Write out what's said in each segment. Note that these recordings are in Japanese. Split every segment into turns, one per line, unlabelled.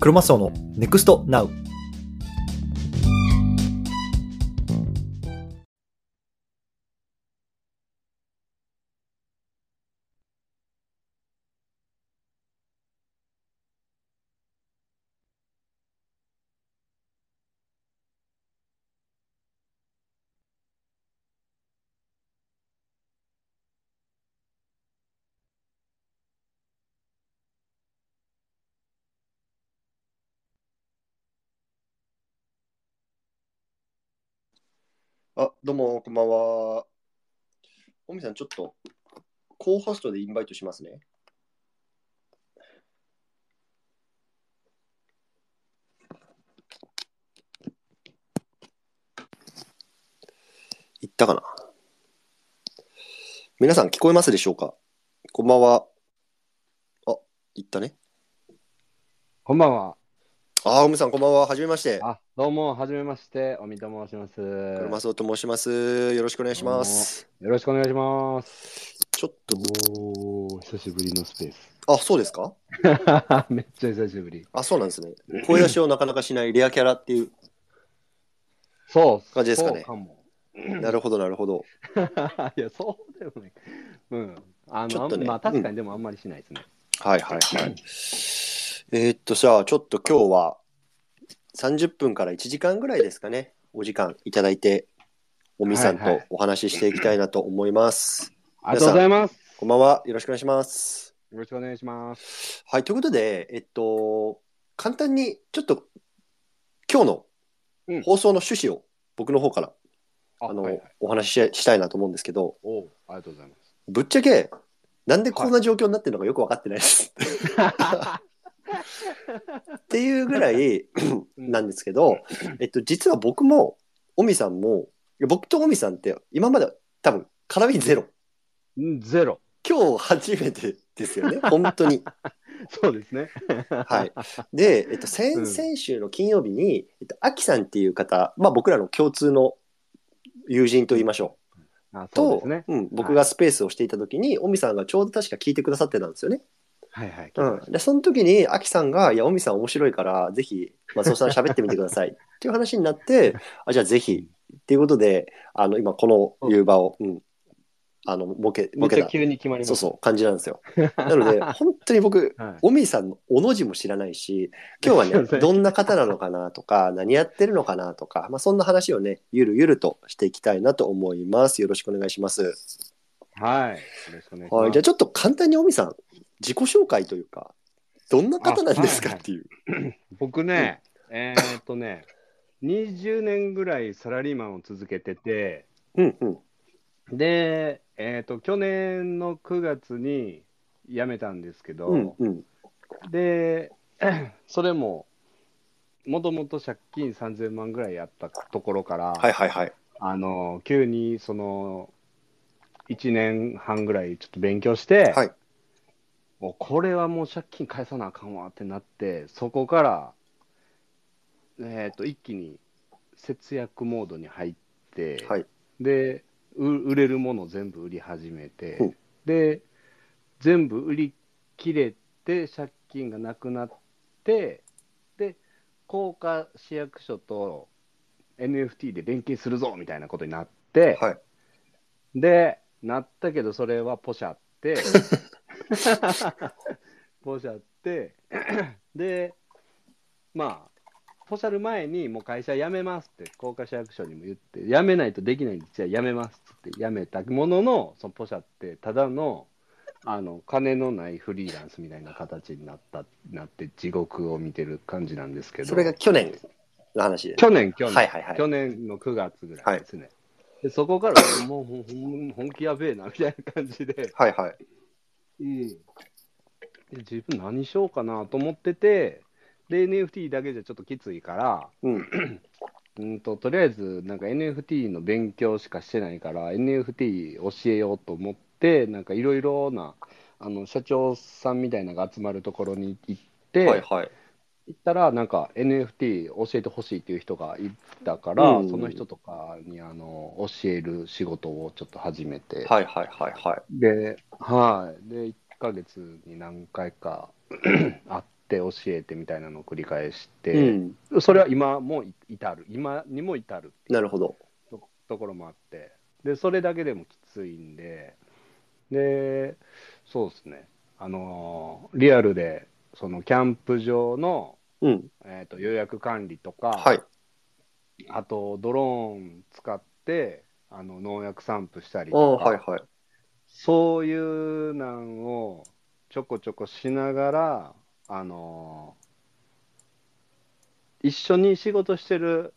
クロマスオの NEXT NOW
あ、どうも、こんばんは。おみさん、ちょっと、コーホストでインバイトしますね。行ったかな皆さん、聞こえますでしょうかこんばんは。あ、行ったね。
こんばんは。
あー、おみさん、こんばんは。はじめまして。
あ、どうも、はじめまして、おみと申します。
クロマスオと申します。よろしくお願いします。
よろしくお願いします。
ちょっと、
おー、久しぶりのスペ
あ、そうですか
ース。めっちゃ久しぶり。
あ、そうなんですね。声出しをなかなかしないレアキャラっていう。
そう、
感じですかね
そうかも。
なるほど、なるほど。
いや、そうでも ない。うん。あ
ちょ
の、
っとね
まあ、確かにでもあんまりしないですね。
はいはいはい。えーっと、じゃあ、ちょっと今日は30分から1時間ぐらいですかね、お時間いただいて、おみさん
はいは
と
い
お話ししていきたいなと思います。
ありがとうございます。
こんばんは、よろしくお願いします。
よろしくお願いします。
はい、ということで、えっと、簡単にちょっと今日
う
の
ん
放送の趣旨を僕の方から、
あ
あの、
はいはい、
お話ししたいなと思うんですけど、
おーありがとうございます。
ぶっちゃけ、なんでこんな状況になってるのかよく分かってないです。っていうぐらいなんですけど、えっと、実は僕も、オミさんも、いや僕とオミさんって今まで多分絡みゼロ。
んゼロ。
今日初めてです よね、本当に。
そうですね。
はい。で、えっと、先
うん
々週の金曜日に、えっと、アキさんっていう方、まあ僕らの共通の友人と言いましょ
あ
う。
そ
と
うですね。
うん、僕がスペースをしていた時に、オミさんがちょうど確か聞いてくださってたんですよね。
はいはい。
うん、でその時にアキさんが「いや尾身さん面白いからぜひ松尾さん喋ってみてください」 っていう話になってあじゃあぜひっていうことであの今この夕場を、うん、あの設け
め
設
っち
け
ゃ
た
急に決まりま
そう
す。
そう感じなんですよなの で本当に僕
はい。
尾身さんのおの字も知らないし今 日はねどんな方なのかなとか何やってるのかなとか、まあ、そんな話をねゆるゆるとしていきたいなと思いますよろしくお願いします、
はい。よろしくお願いします。
はい、じゃあちょっと簡単に尾身さん自己紹介というかどんな方なんです
あ
か
はいはい
っていう
僕ね、えーっとね、20年ぐらいサラリーマンを続けてて、
うんうん。
で、えーっと、去年の9月に辞めたんですけど、
うんうん。
で、 それも、もともと借金3000万ぐらいあったところから、
はいはいはい。
あの急にその1年半ぐらいちょっと勉強して、
はい
もうこれはもう借金返さなあかんわってなってそこから、えー、と一気に節約モードに入って、
はい
でう売れるもの全部売り始めて、
うん
で全部売り切れて借金がなくなってで甲賀市役所と NFT で連携するぞみたいなことになって、
はい
でなったけどそれはポシャって ポシャってでまあポシャる前にもう会社辞めますって甲賀市役所にも言って辞めないとできないんでじゃあ辞めますって辞めたもののそのポシャってただのあの金のないフリーランスみたいな形になったなって地獄を見てる感じなんですけど
それが去年の話です。
去年去年、
はいはいはい。
去年の9月ぐらいですね、でそこからもうほんほん本気やべえなみたいな感じで,、
はいはい。
で自分何しようかなと思っててで NFT だけじゃちょっときついから
うん。
うんととりあえずなんか NFT の勉強しかしてないから NFT 教えようと思ってなんかいろいろなあの社長さんみたいなのが集まるところに行って、
はいはい。
行ったら、なんか NFT 教えてほしいっていう人がいたから、
うん
その人とかにあの教える仕事をちょっと始めて、
はいはいはいはい。
で、はい。で、1ヶ月に何回かあっって教えてみたいなのを繰り返し
う
て、
ん。
それは今も至る今にも至る
なるほど。
とところもあってでそれだけでもきついんででそうですねあのーリアルでそのキャンプ場の、
うん。
えー、と予約管理とか、
はい。
あとドローン使ってあの農薬散布したり
ああ、
とか、
はいはい。
そういうなんをちょこちょこしながら、あのー一緒に仕事してる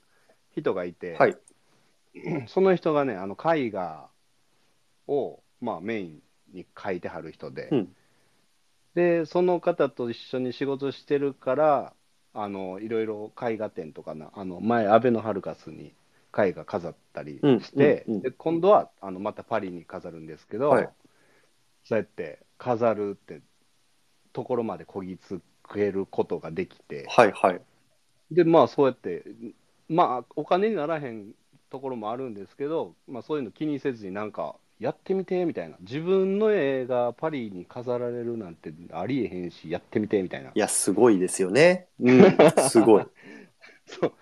人がいて、
はい
その人がね、あの絵画を、まあ、メインに描いてはる人で、
うん
で、その方と一緒に仕事してるから、あのいろいろ絵画展とかな、あの前、アベノハルカスに絵画飾ったりして、
うんうんうん
で今度はあのまたパリに飾るんですけど、
はい
そうやって飾るってところまでこぎつけることができて、
はいはい。
でまあそうやってまあお金にならへんところもあるんですけど、まあ、そういうの気にせずになんかやってみてみたいな自分の映画パリに飾られるなんてありえへんしやってみてみたいない
や、すごいですよね。 うん。すごい。
そう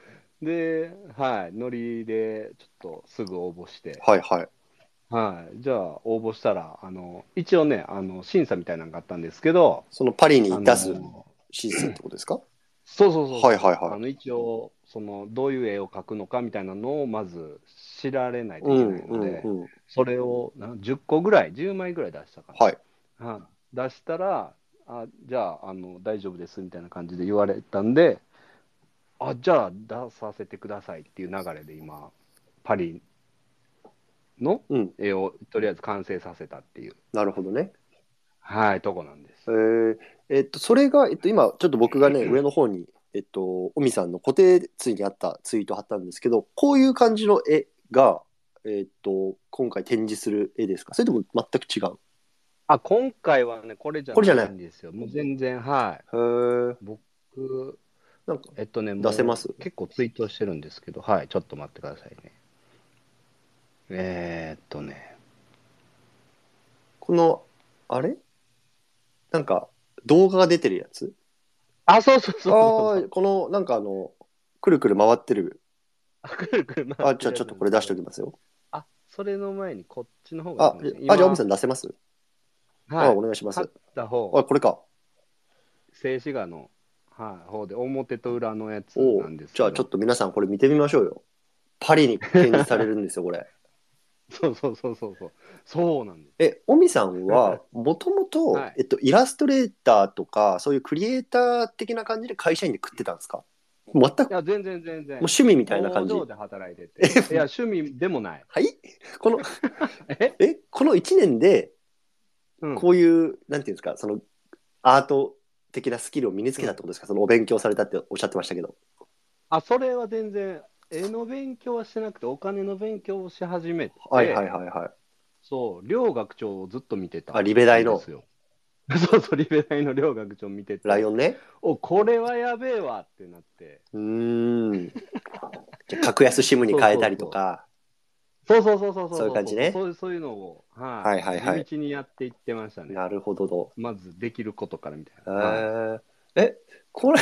ではいノリでちょっとすぐ応募して
はいはい。
はいじゃあ応募したらあの一応ねあの審査みたいなのがあったんですけど
そのパリ
あ
に
の
出すシーズンってことですか
そうそうそうそう。
はいはいはい
あの一応、その、どういう絵を描くのかみたいなのをまず知られないと
う
いけ
ん
ないの
う
で、
んうん。
それをな10個ぐらい、10枚ぐらい出したか
はい。
ら、はい出したら、あじゃああの、大丈夫ですみたいな感じで言われたんで、あじゃあ出させてくださいっていう流れで今、パリの
うん
絵をとりあえず完成させたっていう、
なるほどね。
はい、とこなんです
え。ーえっと、それが、えっと、今、ちょっと僕がね、上の方に、えっと、尾身さんの固定ツイにあったツイート貼ったんですけど、こういう感じの絵が、えっと、今回展示する絵ですかそれとも全く違う
あ、今回はね、これじゃ
これじゃな
ないいんですよ。もう全然、はい。
へえ。
僕
なんか、
えっとね、もう
出せます
結構ツイートしてるんですけど、はい、ちょっと待ってくださいね。えー、っとね、
この、あれなんか、動画が出てるやつ
あ、そうそう
ああ
そう。
ー、この、なんかあの、くるくる回ってる。
あ、くるくる回
あ、
って
じゃあちょっとこれ出しておきますよ。
あ、それの前にこっちの方が
あ、えあじゃあ、尾身さん
ん、
出せます
はい、
あ、お願いします
勝。った方
あ、、これか。
静止画の、はい、方で、表と裏のやつ
お
な
うん
ですけ
じゃ
ど。
あちょっと皆さんこれ見てみましょうよ。パリに展示されるんですよ、こ れ。
そうそうそうそうそう。そうなんです。
え、尾身さんはもともと
はい、
えっと、イラストレーターとか、そういうクリエイター的な感じで会社員で食ってたんですか全く、
い
もう
や、全然全然。
趣味みたいな感じ。
工場
は
で働い てて。いや、趣味でもない。
いこの、
え
え、この1年で、
うん
こういう、なんていうんですか、その、アート的なスキルを身につけたってことですかそのお勉強されたっておっしゃってましたけど。
あそれは全然絵の勉強はしてなくてお金の勉強をし始めて、
はいはいはいはい。
そう両学長をずっと見てた
あリベ大の
んですよそうそうリベ大の両学長見てて
ライオンね。
おこれはやべえわってなって
うーん。じゃあ格安シムに変えたりとか。
そうそうそうそうそう
そういう感じね
そうそういうのを、はい
はいはいはい
地道にやっていってましたね
なるほどと。
まずできることからみたい
え
な、はい
ーえ、これ、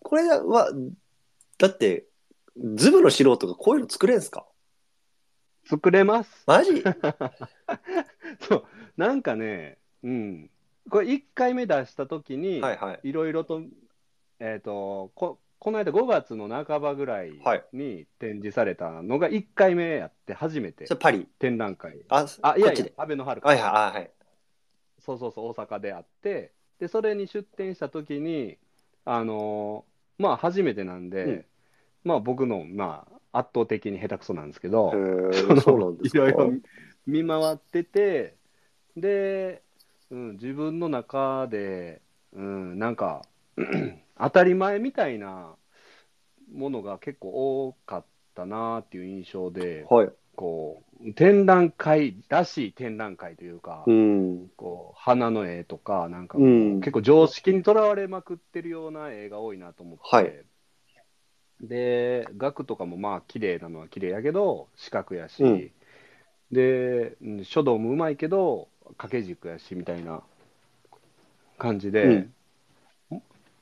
これは、だって、ズブの素人がこういうの作れんすか
作れます
マジ
そうなんかねうんこれ1回目出した時に、
はいはい。
いろいろと、えっ、と、こ、この間5月の半ばぐらい
はい
に展示されたのが1回目やって初めて
それパリ。
展覧会。
あ、
あ、い
こ
や
っ
い
ち
や
で。、
安倍のハルカ
はいはいはいはい。
そうそうそう、大阪であって、で、それに出展した時に、あのーまあ初めてなんで、
うん
まあ僕の、まあ圧倒的に下手くそなんですけ
へ
ど、 そ
ー
の
そうなんですか。
いろいろ見回ってて、で、うん、自分の中で、うん、なんか、 当たり前みたいなものが結構多かったなっていう印象で、
はい。
こう、展覧会らしい展覧会というか、
うん。
こう花の絵とか、なんかこう、
うん
結構常識にとらわれまくってるような絵が多いなと思って、
はい
で、額とかもまあ綺麗なのは綺麗やけど、四角やし、
うん
で、うん書道もうまいけど、掛け軸やしみたいな感じで、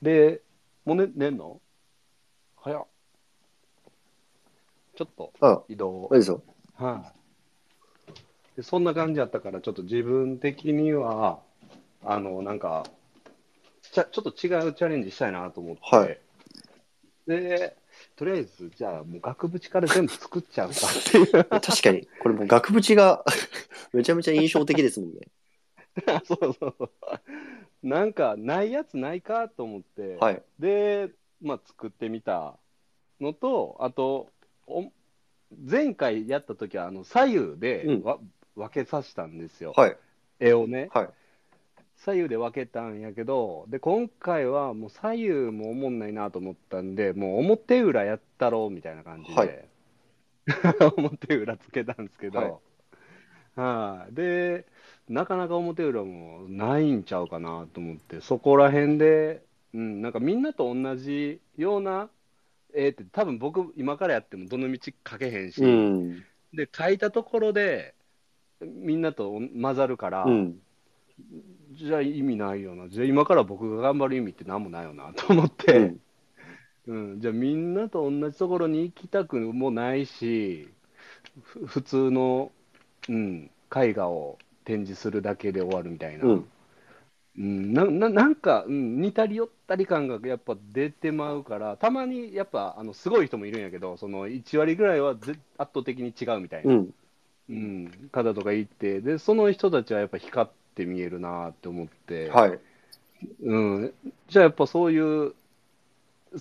で、もう寝寝んの早っ。ちょっと
あ、
移動
あ。れですよ。
はい、でそんな感じやったから、ちょっと自分的には、あのなんかちゃ、ちょっと違うチャレンジしたいなと思って、
はい
でとりあえず、じゃあ、もう額縁から全部作っちゃうかっていう、
確かに、これもう額縁が めちゃめちゃ印象的ですもんね。
そうそうそう、なんか、ないやつないかと思って、
はい。
で、まあ、作ってみたのと、あと、お前回やった時はあの左右で
うん
わ、分けさせたんですよ。
はい。
絵をね、
はい
左右で分けたんやけどで今回はもう左右もおもんないなと思ったんでもう表裏やったろうみたいな感じで、
は
表裏つけたんですけど、
は
はいいでなかなか表裏もないんちゃうかなと思ってそこら辺で、うん、なんかみんなと同じような絵って多分僕今からやってもどの道描けへんし、
うん。
で書いたところでみんなと混ざるから、
うん。
じゃあ意味ないよな。じゃあ今から僕が頑張る意味って何もないよなと思って、
う
うん
ん
じゃあみんなと同じところに行きたくもないし、ふ普通の、うん、絵画を展示するだけで終わるみたいな。
うん
うんなななんか、うん、似たり寄ったり感がやっぱ出てまうから、たまにやっぱあのすごい人もいるんやけど、その1割ぐらいはぜ圧倒的に違うみたいな。
うん。
うん、方とかいてでその人たちはやっぱ光って見えるなって思って、
はい。
うん、じゃあやっぱそういう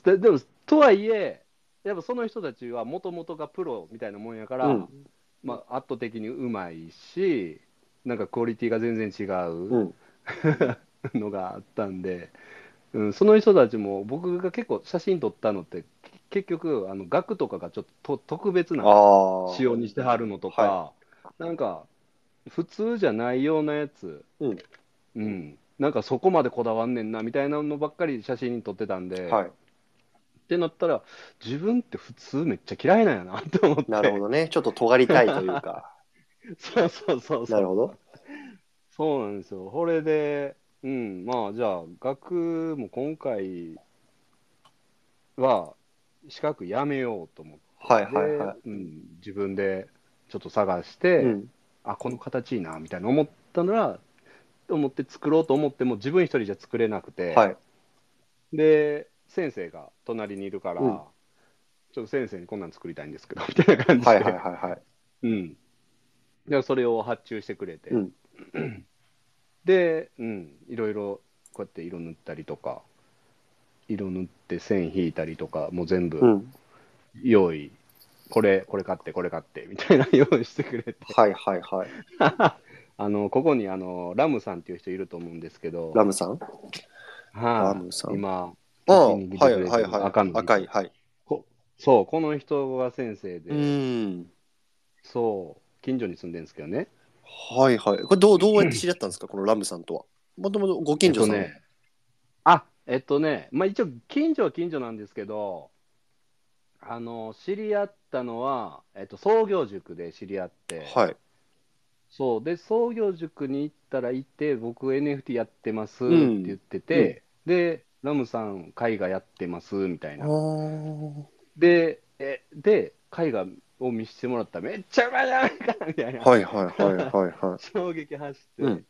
ででもとはいえやっぱその人たちはもともとがプロみたいなもんやから、
うん
まあ、圧倒的にうまいしなんかクオリティが全然違
う。
うんのがあったんで、うん、その人たちも僕が結構写真撮ったのって結局あの額とかがちょっとと特別な
ああ。
仕様にしてはるのとか、なんか普通じゃないようなやつ、
うん
うんなんかそこまでこだわんねんなみたいなのばっかり写真に撮ってたんで、
は
っ
い。
てなったら自分って普通めっちゃ嫌いなんやなって思って
なるほどね。ちょっと尖りたいというか。
そうそうそう そ
な
う
るほど。
そうなんですよこれでうんまあじゃあ学も今回は資格やめようと思って、
はいはいは
うん、自分でちょっと探して、
い。うん。
あこの形いいなみたいな思ったのら思って作ろうと思っても自分一人じゃ作れなくて、
はい。
で先生が隣にいるから、
うん
ちょっと先生にこんなん作りたいんですけどみたいな感じで、
はいはいはいはい。
うん、でそれを発注してくれて、
うん
で、うん、いろいろこうやって色塗ったりとか色塗って線引いたりとかもう全
う
部
ん。
用意、これこれ買ってこれ買ってみたいな用意してくれて
はいはいはい。
あのここにあのラムさんっていう人いると思うんですけど、
ラムさん
はい
ラムさん
今、
ああ、は
先
い
に見て
は
くれ
い
てる
はい。
赤の
赤い。はい。
そう、この人が先生で、
うん。
そう、近所に住んでるんですけどね、
はいはい。これどう、どうやって知り合ったんですかこのラムさんとは。もともとご近所さん。
えっとね、あえっとね、まあ、一応、近所は近所なんですけど、あの知り合ったのは、えっと、創業塾で知り合って、
はい。
そうで創業塾に行ったらいて僕 NFT やってますっ
う
て
ん
言ってて、でラムさん絵画やってますみたいな
あー
で、えで、絵画を見せてもらったら、めっちゃうまいやんかみたいな、
はいはいはいはいはい。
衝撃走って、
うん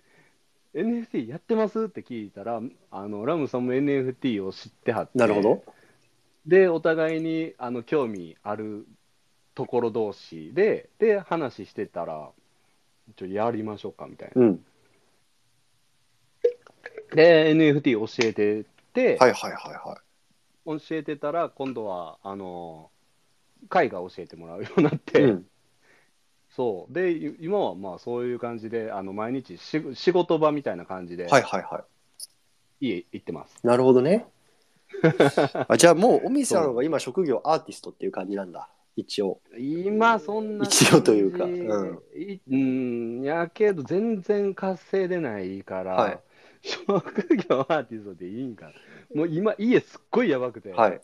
NFT やってますって聞いたらあの、ラムさんも NFT を知ってはっ て、
なるほど。
で、お互いにあの興味あるところ同士で、で、話してたら、ちょやりましょうかみたいな。
うん。
で、NFT 教えてって、
はいはいはいはい。
教えてたら、今度はあの絵画を教えてもらうようになって。
うん、
そうでい今はまあそういう感じであの毎日し仕事場みたいな感じで
はいはいは
家行ってます、
い。なるほどね。 あじゃあもう、おみさんは今、職業アーティストっていう感じなんだ。一応。
今そんな
一応というか
感じいうんやけど全然稼いでないから、
はい
職業アーティストでいいんかもう今家すっごいやばくて、
はい。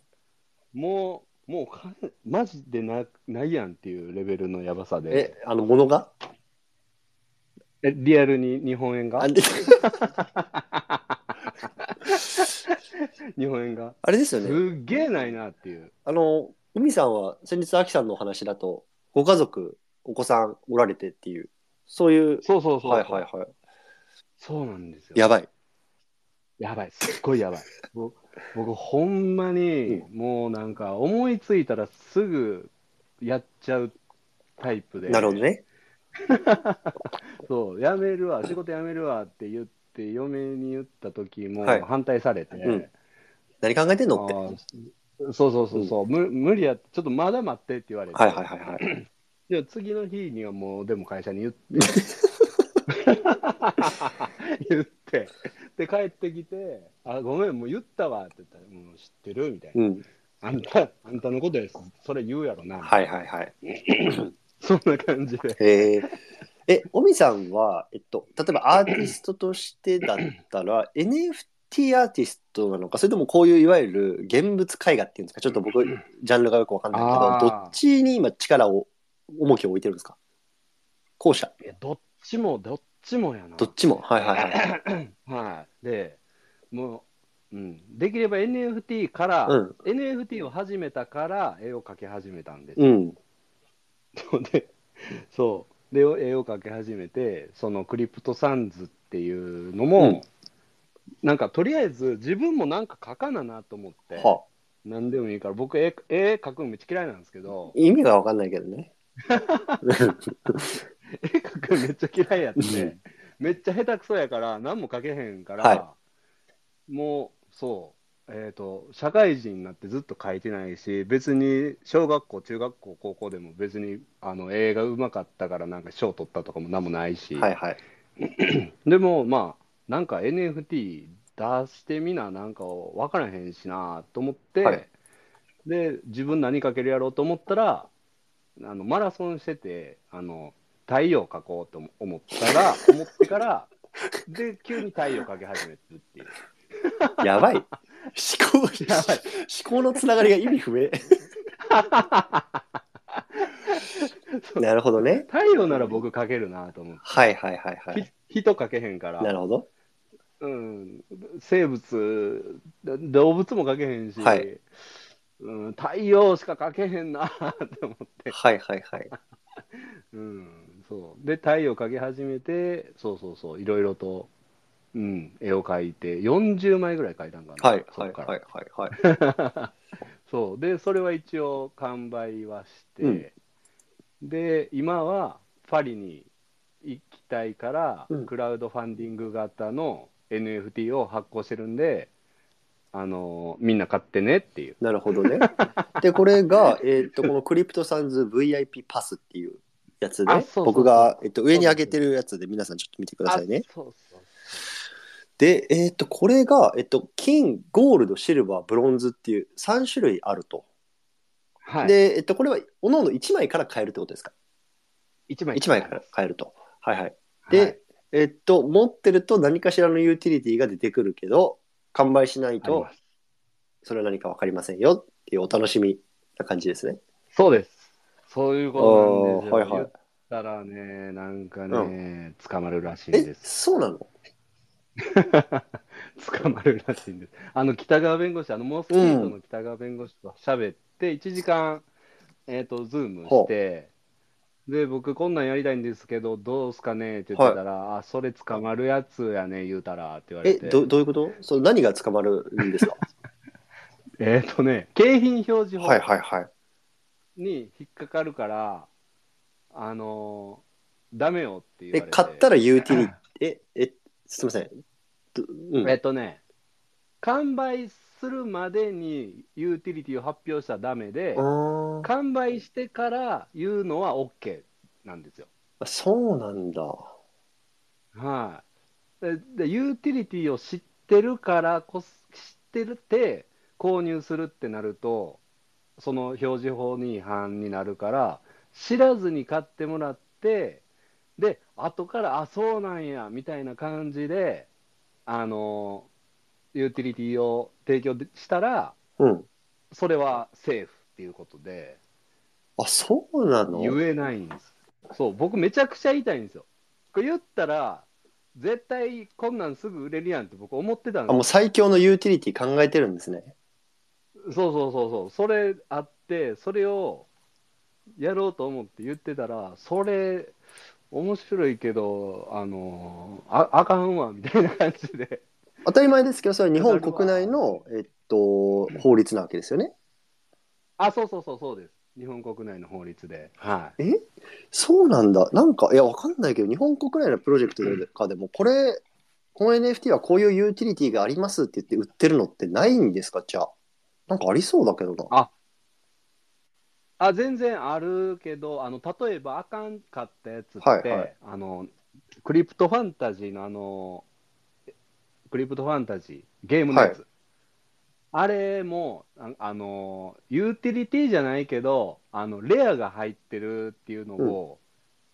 もうもうかマジでなないやんっていうレベルのやばさ
え
で、
あの、ものが
えリアルに日本円が
あで
い日本円が。
あれですよ
す
ね。
っげえないなっていう。
あの、海さんは先日、秋さんのお話だと、ご家族、お子さんおられてっていう、そういう、
そうそうそう。
はいはいはい。
そうなんですよ。
やばい。
やばい、すっごい やばい。僕、僕ほんまに、
う
もうなんか、思いついたらすぐやっちゃうタイプで、
なるほどね。
そう、やめるわ、仕事やめるわって言って、嫁に言った時も
はい
反対されて、
うん何考えてん
あ
のって。は
ーそうそうそうそう、む無理やって、ちょっとまだ待ってって言われて、
いはいはいはい。
で次の日にはもう、でも会社に 言って、言って、で、帰ってきて、あ、ごめん、もう言ったわって言ったら、もう知ってるみたいな。
うん。
あんた、あんたのことです。それ言うやろな。
はいはいはい。
そんな感じで。
へえ。 え、尾身さんは、えっと、例えばアーティストとしてだったら、NFT アーティストなのか、それともこういういわゆる現物絵画っていうんですか、ちょっと僕、ジャンルがよくわかんないけど、
あー
どっちに今力を、重きを置いてるんですか後者。
いやどっちも、どっちもやな。
どっちも。はいはいはい。
はい。で、もう、うん、できれば NFT から、
うん。
NFT を始めたから絵を描き始めたんです
う
よ、
ん。
で、そう。で、絵を描き始めて、そのクリプトサンズっていうのも、
うん
なんかとりあえず自分もなんか描かななと思って、
は
なんでもいいから、僕絵、絵描くのめっちゃ嫌いなんですけど、
意味がわかんないけどね。
絵描くのめっちゃ嫌いやっ
う
て
ん、
めっちゃ下手くそやから、何も描けへんから、
は
もう、そう、えっ、と、社会人になってずっと描いてないし、別に小学校、中学校、高校でも別にあの映画うまかったから、なんか賞取ったとかも何もないし、
はいはい。
でも、まあ、なんか NFT 出してみな、なんか分からへんしなと思って、
はい
で、自分何かけるやろうと思ったら、あのマラソンしてて、あの太陽描こうと思思っ たら、思ってから、で、急に太陽描き始めるっていう。
や ばい。思考、思
やばい
考のつながりが意味不明。 なるほどね。
太陽なら僕描けるなと思って、
はいはいはい はい。
ひ人描けへんから。
なるほど。
うん、生物、だ動物も描けへんし、
はい
うん、太陽しか描けへんなって思って、
はいはいはい。
うん、そう。で、太陽描き始めて、そうそうそう、いろいろと、うん、絵を描いて、40枚ぐらい描いたんかな、
はい
そ
はい
っから
はいはいはい。
そう。で、それは一応完売はして、
うん
で、今はパリに行きたいから、
うん
クラウドファンディング型の NFT を発行してるんで、あのみんな買ってねっていう。
なるほどね。で、これが、えーっと、このクリプトサンズ VIP パスっていうやつで、
あそうそうそう
僕が、えっと、上に上げてるやつで、皆さんちょっと見てくださいね。
あそうそう。
で、えーっと、これが、えっと、金、ゴールド、シルバー、ブロンズっていう3種類あると。
はい。
で、えっと、これは、おのおの1枚から買えるってことですか
1枚。
1枚から買えると。はいはい。
で、
で、えっと、持ってると何かしらのユーティリティが出てくるけど、完売しない
あり
と
ま、す
それは何か分かりませんよっていうお楽しみな感じですね。
そうです。そういうことなんで
あー
すよ。
はいはい
言ったらね、なんかね、捕まるらしいん
え
で、す。
そうなの
捕まるらしいんです。あの北川弁護士、あのモスキートの北川弁護士と喋って、1時間、えっ、と、ズームして、で、僕、こんなんやりたいんですけど、どうすかねって言ってたら、あ、それ捕まるやつやね、言うたらって言われ
え、
て、
どどういうことその何が捕まるん ですか
えっ、とね、景品表示法
はいはい。
に引っかかるから、あのーダメよって言わ
え、
れて。
買ったらユーティリティ、え、え、すみません。どうん
えっとね、完売するまでにユーティリティを発表したらダメで、
あー
完売してから言うのは OK なんですよ。
あ、そうなんだ。
はい、でで、ユーティリティを知ってるからこそ、知ってて購入するってなると、その表示法に違反になるから、知らずに買ってもらって、で、後から、あ、そうなんや、みたいな感じで、あの、ユーティリティを提供したら、
うん。
それはセーフっていうことで。
あ、そうなの
言えないんです。そう、僕めちゃくちゃ言いたいんですよ。これ言ったら、絶対こんなんすぐ売れるやんって僕思ってたん
あも
で
う最強のユーティリティ考えてるんですね。
すそうそうそうそうそれあってそれをやろうと思って言ってたらそれ面白いけどあのああかんわみたいな感じで
当たり前ですけど、それは日本国内の、えっと、法律なわけですよね。
あそうそうそうそうです日本国内の法律ではい
そうなんだ。なんか、いや、わかんないけど、日本国内のプロジェクトとかでも、これ、この NFT はこういうユーティリティがありますって言って売ってるのってないんですかじゃあ。なんかありそうだけどな。
あ全然あるけどあの例えばあかんかったやつって、
はいはい
あのクリプトファンタジーのあのクリプトファンタジーゲームのやつ、あれもああのユーティリティじゃないけどあのレアが入ってるっていうのを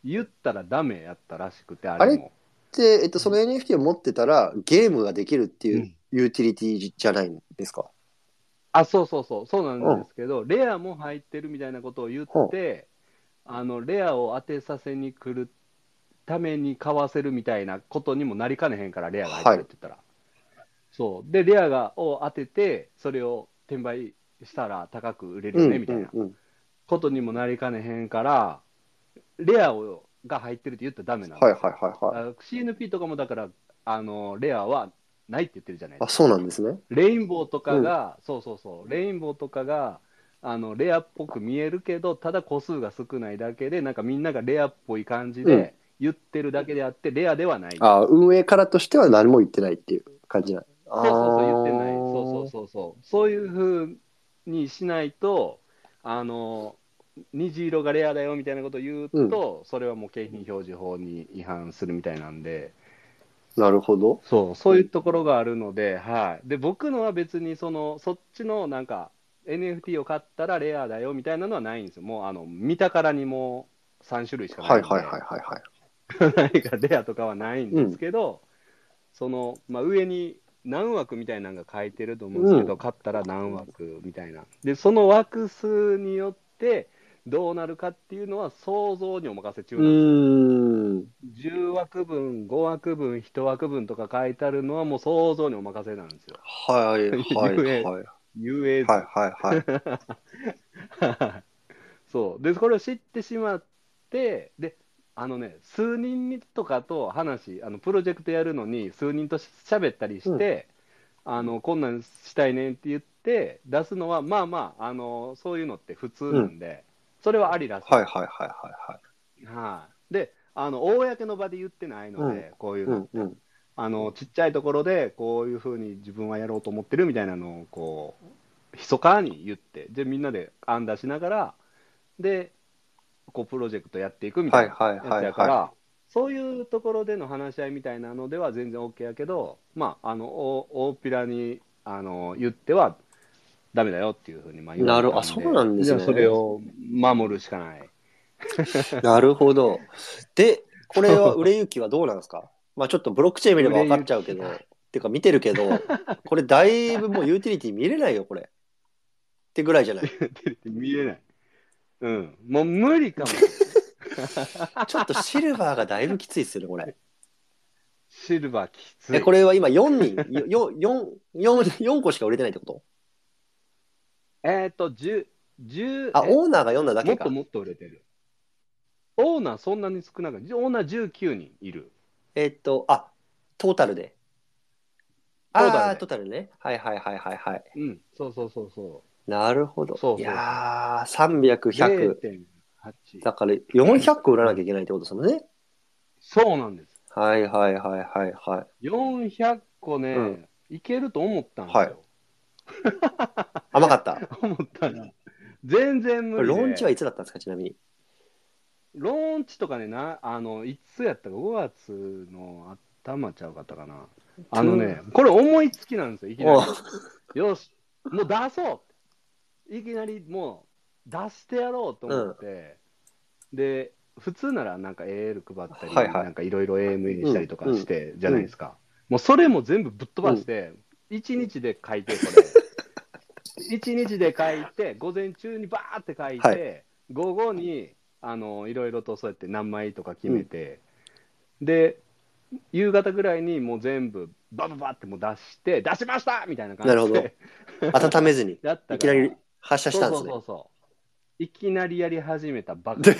言ったらダメやったらしくて、あれも
で、えっと、その NFT を持ってたら、ゲームができるっていううんユーティリティじゃないんですか。
あそうそうそうそうなんですけど、レアも入ってるみたいなことを言って、あのレアを当てさせに来るために買わせるみたいなことにもなりかねへんからレアが入ってるって言ったら、そうでレアがを当ててそれを転売したら高く売れるよねみたいな
うんうんうん
ことにもなりかねへんからレアをが入ってるって言ったらダメなの、
はいはいはいはい。
あ CNP とかもだからあのレアはないって言ってるじゃないですか
あ、そうなんですね。
レインボーとかが、そうそうそう、レインボーとかが、あのレアっぽく見えるけど、ただ個数が少ないだけで、なんかみんながレアっぽい感じ
うん
で言ってるだけであって、レアではない。そう
あ、運営からとしては何も言ってないっていう感じなん
そうそう、言ってない。そうそうそうそう。そういうふうにしないと、あの、虹色がレアだよみたいなことを言うと、それはもう景品表示法に違反するみたいなんで。
う。なるほど。
そう、そういうところがあるので、はい。で、僕のは別に、その、そっちのなんか、NFT を買ったらレアだよみたいなのはないんですよ。もう、あの、見たからにもう3種類しかな
はいい
んで、
はいはいはいはい。
何かレアとかはないんですけど、その、まあ、上に何枠みたいなのが書いてると思うんですけど、
う
買ったら何枠みたいな。で、その枠数によって、どうなるかっていうのは想像にお任せ中
う
なんですよ
ーん。
10枠分、5枠分、1枠分とか書いてあるのはもう想像にお任せなんですよ。
はいはいはいはい。
ゆえず。
はいはいはい。
そう。で、これを知ってしまって、で、あのね、数人にとかと話、あのプロジェクトやるのに、数人とし喋ったりして、あの、こんなんしたいねんって言って、出すのは、まあまあ、あの、そういうのって普通なんで、それはありらしい。
はいはいはいは
はい。で、あの、公の場で言ってないので、こうい
いうはい。う
の
んうん。
あのちっちゃいところでこういうふうに自分はやろうと思ってるみたいなのをこう密かに言ってでみんなで案出しながらでこうプロジェクトやっていくみた
はい
いな
はい
や
は
つ
い
やから、
は
そういうところでの話し合いみたいなのでは全然 OK やけどまああのお大っぴらにあの言ってはダメだよっていうふうにまあ言われたんで
なるあそうなんですね
じゃあそれを守るしかない。
い。なるほど。で、これは売れ行きはどうなんですかまあちょっとブロックチェーン見れば分かっちゃうけど
売れ、
てか見てるけど、これだいぶもうユーティリティ見れないよ、これ。ってぐらいじゃない。
見えない。うん、もう無理か も。
ちょっとシルバーがだいぶきついですよね、これ。
シルバーきつ
え、
い。
これは今4人、よよ4、4、4個しか売れてないってこと
えっ、と、10、10
あ、
え
オーナーが4なだ
も
け
っ
か
と。もっと売れてる。オーナーそんなに少なくない。オーナー19人いる。
えっと、あ、トータルで。
トータルで
あートータルね。はいはいはいはいはい。
うん、そうそうそうそ
なるほど。
そうそう
いやー、300、
う。
100。
0.8。
だから400個売らなきゃいけないってことですもんね。
そうなんです。
はいはいはいはいはい。
400個ね、
うん
いけると思ったんですよ。
はい甘か った。
思ったら、全然無理で。
ローンチはいつだったんですか、ちなみに。
ローンチとかね、なあのいつやったか、5月の頭ちゃうかったかな。あのね、これ思いつきなんですよ、いきなり
お。
よし、もう出そういきなりもう出してやろうと思って、で、普通ならなんか AL 配ったり、
はいはい
なんかいろいろ AMA したりとかして、じゃないですか。もうそれも全部ぶっ飛ばして、1日で書いて、こ れ。1日で書いて、午前中にバーって書いて、
は
午後にあのいろいろとそうやって何枚とか決めて、で、夕方ぐらいにもう全部バババってもう出して出しましたみたいな感じで
なるほ温めずに、
やった
いきなり発射したんで
そう
す
そう
ね。
そうそういきなりやり始めたばっ かり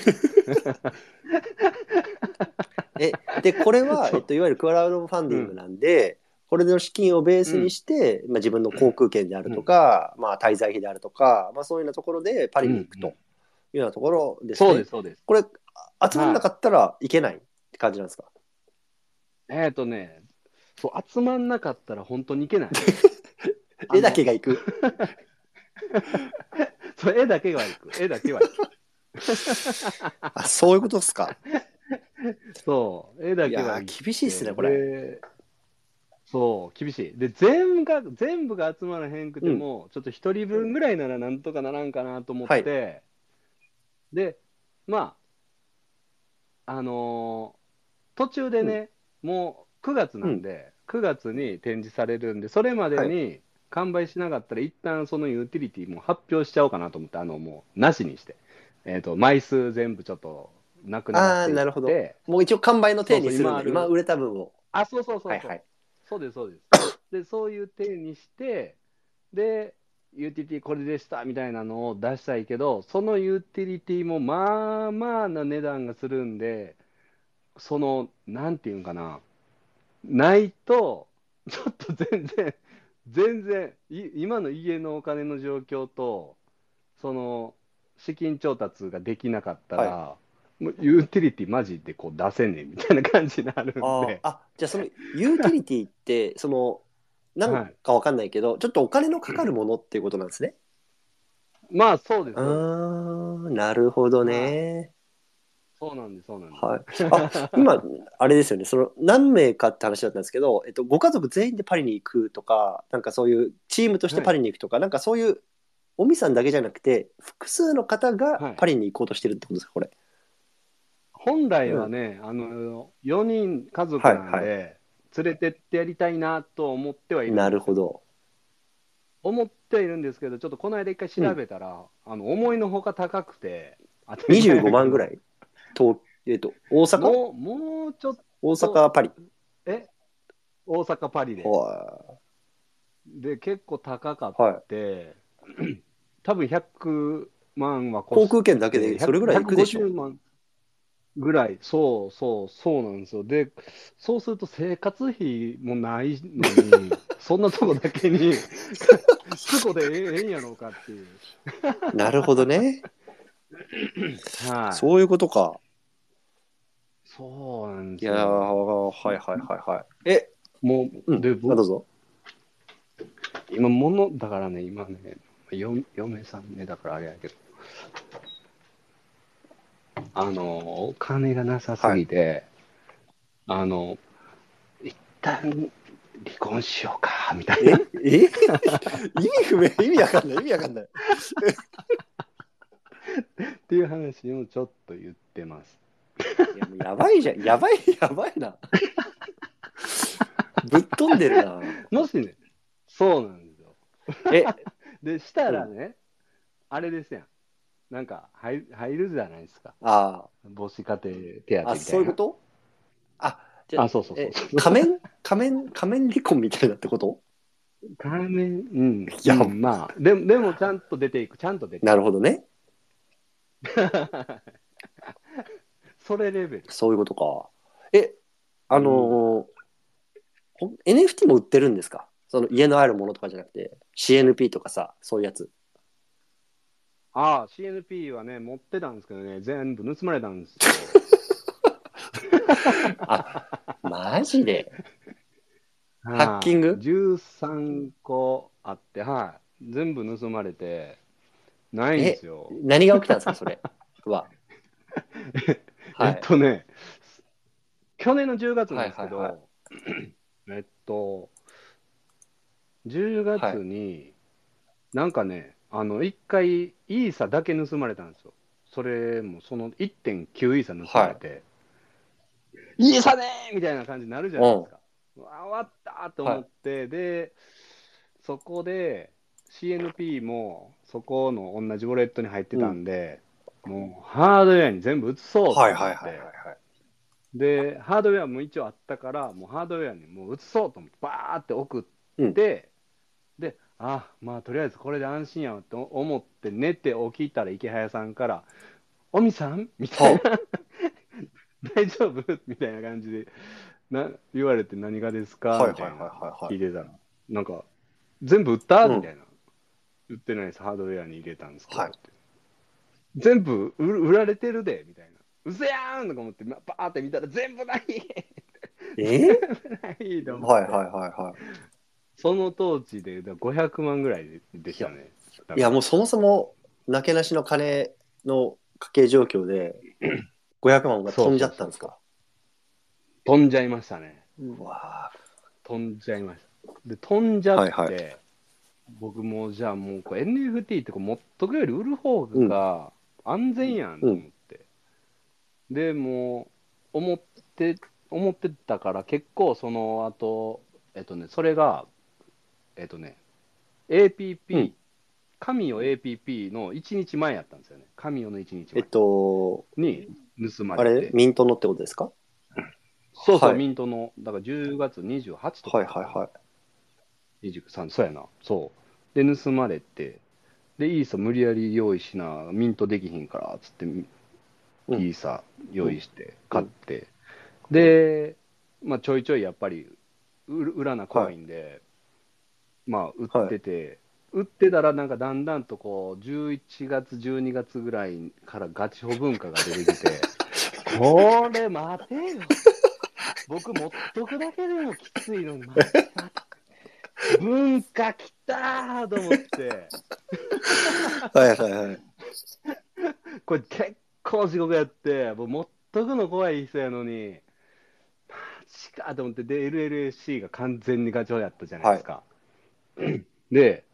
えで、これ は、えっと、いわゆるクラウドファンディングなんで、これの資金をベースにして、まあ、自分の航空券であるとか、まあ、滞在費であるとか、まあ、そういうようなところでパリに行くとい
うんうん
うようなところですね。
そうですそうです
これ、あ集まんなかったらいけないって感じなんですか、
えっ、とねそう集まんなかったら本当にいけない
絵だけが行く。
あのそう絵だけがいく絵だけは行く
あ、そういうことですか。
そう絵だ
い
けは
や
行く
ー、厳しいですね、これ。
でそう厳しいで全部が全部が集まらへんくても、ちょっと一人分ぐらいならなんとかならんかなと思って、でまああのー途中でね、もう9月なんで、9月に展示されるんでそれまでに完売しなかったら一旦そのユーティリティも発表しちゃおうかなと思ってあのもうなしにして、えー、と枚数全部ちょっとなくなっていって
あーなるほどもう一応完売の手にする
そうそう今あ
ので、今
る
売れた分を。
あそうそうそうそう、
はいはい。
そうです、そう です。で、そういう手にして、で、UTT これでしたみたいなのを出したいけど、そのユーティリティもまあまあな値段がするんで、その、なんていうんかな、ないと、ちょっと全然、全然、い今の家のお金の状況と、その、資金調達ができなかったら、もうユーティリティマジでこう出せねえみたいな感じになるんで。
あーあじゃあそのユーティリティってそのなんかわかんないけど、ちょっとお金のかかるものっていうことなんですね。
まあそうです、
あ
そうです
ーなるほどね。
そうなんです、そうなんです。
はい、あ今あれですよねその何名かって話だったんですけど、えっと、ご家族全員でパリに行くとかなんかそういうチームとしてパリに行くとか、なんかそういう尾身さんだけじゃなくて複数の方
は
が
い
パリに行こうとしてるってことですかこれ。
本来はね、あの4人家族なんで、
はい
連れてってやりたいなと思ってはいる
なるほど。
思ってはいるんですけど、ちょっとこの間一回調べたら、あの思いのほか高くて、
25万ぐら
い。
い東、えっと、大阪
もうもうちょっと
大阪パリ。
大阪、パリで。
は
で、結構高かっ
いはい
て、多分100万は
航
航
空券だけでそれぐらい行くでしょ。
150万ぐらい、そうそう、そうなんですよ。で、そうすると生活費もないの に、そんなとこだけに、そこでええええんやろうかっていう。
なるほど ね。
はい。そう
そういうことか。
なんで
い
す
やー、
よ。
はいはいはいはい。え、
も
う
う、
ん、
で、
あどうぞ。
今、もの、だからね、今ね、よ嫁さんね、だからあれやけど、あの、お金がなさすぎて、あの、一旦離婚しようか、みたい
え
な。
え 意味不明、意味わかんない、意味わかんない。
っていう話をちょっと言ってます。
いやもうやばいじゃん、やばい、やばいな。ぶっ飛んでるな。
もしね、そうなんですよ。
え、
で、したらね、あれですやん。なんか入、入るじゃないですか。
あ
母子家庭手
ー
当
あ、
み
そ
た
う
い
いうこ
な。
とあ、じ
あ、そうそうそう
え。、仮面、仮面、仮面離婚みたいなってこと
仮面、うん。
いや
うんまあ、でも、でもちゃんと出ていく、ちゃんと出てい
なるほどね。
く。それレベル。
そういうことか。え、あのーほ NFT も売ってるんですかその家のあるものとかじゃなくて、CNP とかさ、そういうやつ。
ああ、CNP はね、持ってたんですけどね、全部盗まれたんですよ。
マジで
ハ
ハッキング
?13 個あって、はい。全部盗まれて、ないんですよ。
何が起きたんですか、それは。は
えっ
い。
とね、去年の10月なんですけど、
はいはい
えっと、10月に、なんかね、あの、1回、イーサだけ盗まれたんですよ。それも、その1.9イーサ盗まれて、イーサねーみたいな感じになるじゃないですか。わあ終わったーと思って、で、そこで、CNP も、そこの同じウォレットに入ってたんで、もうハードウェアに全部移そうと思って、
い。
で、ハードウェアも一応あったから、もうハードウェアにもう移そうと思って、バーって送って、
うん
で、あまあ、とりあえずこれで安心やわと思って、寝て起きたら池早さんから、おみさんみたいな、 大丈夫みたいな感じでな言われて、何がですか
はいはい
みた
はい
いな
はいは
聞
い
いてたら、なんか、全部売った
うん
みたいな、売ってないです、ハードウェアに入れたんですけど、
はい
って全部売る売られてるで、みたいな。うせやんとか思って、まバーって見たら全部ない
え
ないと思って
はいはいはいは
その当時でだから500万ぐらいででしたね。
い。いやもうそもそも、なけなしの金の家計状況で、500万が飛んじゃったんですか。
飛んじゃいましたね。
うわ
飛んじゃいました。で、飛んじゃって、
はいは
僕もじゃあもうこう NFT ってこう持っとくより売る方が安全やんと思って。で、もう思って、思ってたから結構その後、えっとね、それが、えっとね、APP、
うん
神よ APP の1日前やったんですよね。神よの1日
えっ
前
と、
に盗ま
あ
れて。
れ、ミントのってことですか
そうそう、
はい
ミントの、だから10月28とか、
はいはいはい。
23、そうやな、そう。で、盗まれて、で、イーサ無理やり用意しな、ミントできひんから、つって、イ
うん
ーサ用意して、買って、で、まあ、ちょいちょいやっぱり、売る売らな怖いんで、まあ、売ってて、売ってたら、なんかだんだんとこう、11月、12月ぐらいからガチ保文化が出て きて、これ、待てよ。僕、持っとくだけでもきついの に、待て文化きたーと思って、
はいはいはい。
これ結構地獄やって、もう持っとくの怖い人やのに、マジかと思って、で、LLC が完全にガチョウやったじゃないですか。で、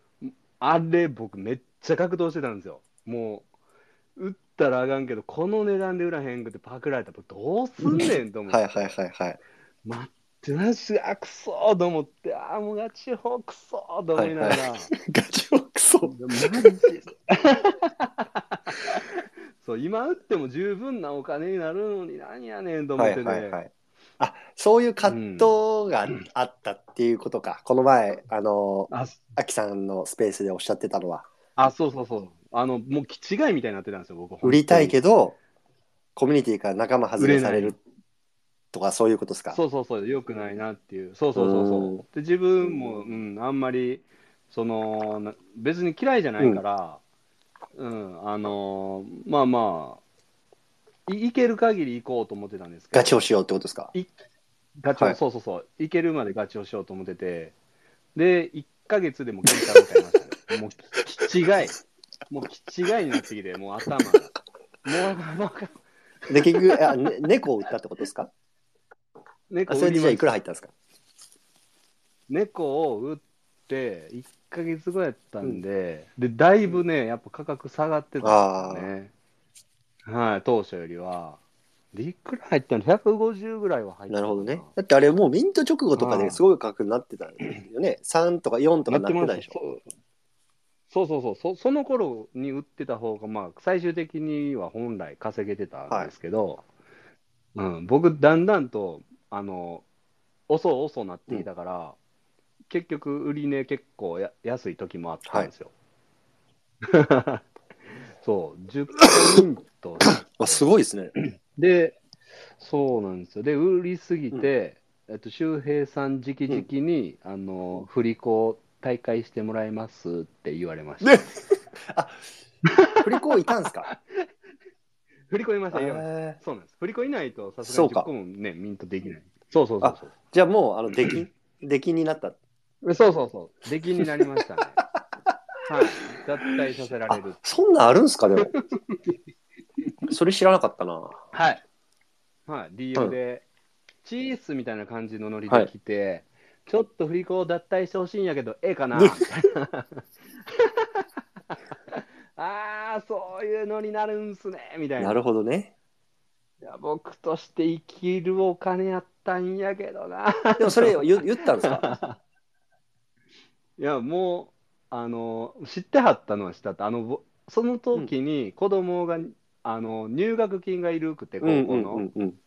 あれ、僕めっちゃ格闘してたんですよ。もう、売ったらあかんけど、この値段で売らへんくてパクられたらどうすんねんと思って。
はいはいはいはい。
待ってなし、あ、くそーと思って、あー、もうガチホーくそーと思いながら。
ガチオクソ。
でもマジで そう今売っても十分なお金になるのに何やねんと思っ
は
て
い
ね、
はいはい。あ、そういう葛藤があったっていうことか。この前、あの、
あ
アキさんのスペースでおっしゃってたのは、
あそうそうそうあのもう気違いみたいになってたんですよ僕
売りたいけ
ど
ど、コミュニティから仲間外れされ
売れ
るとか、そういうことですか。
そうそうそうよくないなっていうそうそうそう
うん
そうで自分も、うん、あんまりそのな別に嫌いじゃないから、うんあのーまあまあいいける限り行こうと思ってたんですけど
ガチをしようってことですか。
ガチョウ、
はい
そうそうそう、いけるまでガチョウしようと思ってて、で、1ヶ月でも限界を迎えましたね。もう、きちがい。もう、きちがいになってきて、もう頭が。もう、もう、
で、結局、あね 猫を売ったってことですか。
猫
あ
を
それ
売
で
り
じゃ
ま
あ
し
いくら入ったんですか。
猫を売って、1ヶ月後やったんで、で、だいぶね、やっぱ価格下がってたんですよね。はい、当初よりは。で、いくら入ったの ?150 ぐらいは入った
な
の
る
か
ほどね。だってあれもうミント直後とか
あ
で
あ
すごい価格になってたんですよね。3とか4とかなってたでしょ。
ょそうそうそうそうそその頃に売ってた方がまあ最終的には本来稼げてたんですけど、うん、僕だんだんとあの遅遅なってきたから、結局売り値結構や安い時もあったんですよ、 そう10ポイント
あすごいですね。
で、そうなんですよ。で、売りすぎて、えっと、周平さん直々に、あの、振り子大会してもらいますって言われました。
ね振り子いたんですか。
振り子いました、いました
えー
そうなんです。振り子いないと、さす
そ
が
う
に
か
10個もね、ミントできない。そうそうそうそう。
じゃあもう、あの、出 禁、出禁になった。
そうそうそう。出禁になりま したね。はい。脱退させら
あ
れる。
そんなんあるんすかでもそれ知らなかったな
はい。はい、DM で、チースみたいな感じのノリで来て、ちょっと振り子を脱退してほしいんやけど、ええ かなみたいなああ、そういうのになるんすね、みたいな。
なるほどね
いや僕として生きるお金やったんやけどな。
でもそれ言言ったんですか
いや、もう、あの、知ってはったのは知ったって、あの、ぼその 時に子供が、あの、入学金がいるくて、高校の。
うんうんうん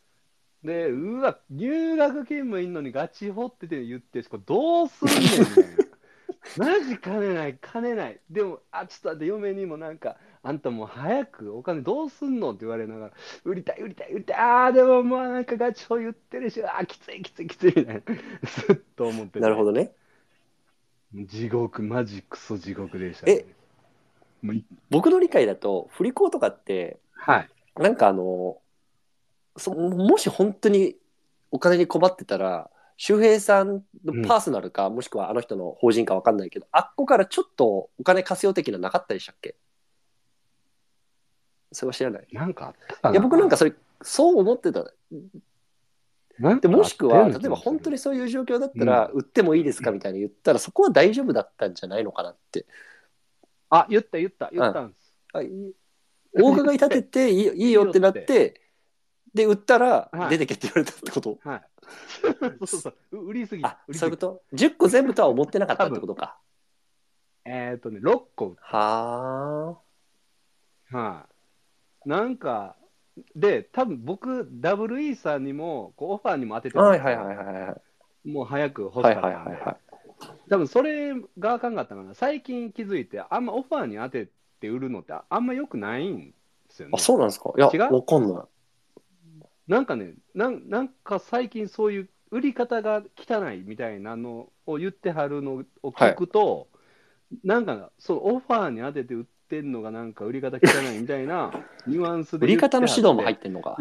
で、うわ、入学勤務いんのにガチホってて言って、これどうすんね んねん。マジ金ない、金ない。でも、あ、ちょっと待って、嫁にもなんか、あんたもう早くお金どうすんのって言われながら、売りたい、売りたい、売りたい、ああ、でもまあなんかガチホ言ってるし、あーきつい、きつい、きつい、みたいな。 ずっと思ってて
なるほどね。
地獄、マジクソ地獄でした、ね。
僕の理解だと、振り子とかって、
はい。
なんかあの、そもし本当にお金に困ってたら、周平さんのパーソナルか、もしくはあの人の法人かわかんないけど、あっこからちょっとお金貸すよ的ななかったでしたっけそれは知らない。
なんかあったかない
や、僕なんか、それ、そう思ってた。
な
で
んかあったような
もしくは、例えば
気がする
本当にそういう状況だったら、売ってもいいですかみたいに言ったら、そこは大丈夫だったんじゃないのかなって。
あ、言った、言った、言ったんです。
はいお伺い立てていい いいよってなって、で、売ったら
はい
出てけって言われたってこと。
はい。 そうそうそう。う売りすぎ。
あ、
売り
そう
す
いうこと
ぎ。
?10 個全部とは思ってなかったってことか。
えっ、ー、とね、6個売っ
は
た。はい。なんか、で、多分僕、WE さんにも、こうオファーにも当てて
あ。
たん
は
で
い
す
は
よ
いはいはいはい。
もう早く欲しか
は
っ
い
たんで、
はいはいはい。
多分それがあかんかったかな。最近気づいて、あんまオファーに当てて売るのってああんま良くないんですよね
あ、。そうなんですかいや、
違う
わかんない。
なんかねなん、なんか最近そういう売り方が汚いみたいなのを言ってはるのを聞くと、なんかそのオファーに当てて売ってんのがなんか売り方汚いみたいな ニュアンスで
売り方の指導も入
っ
ってんのか。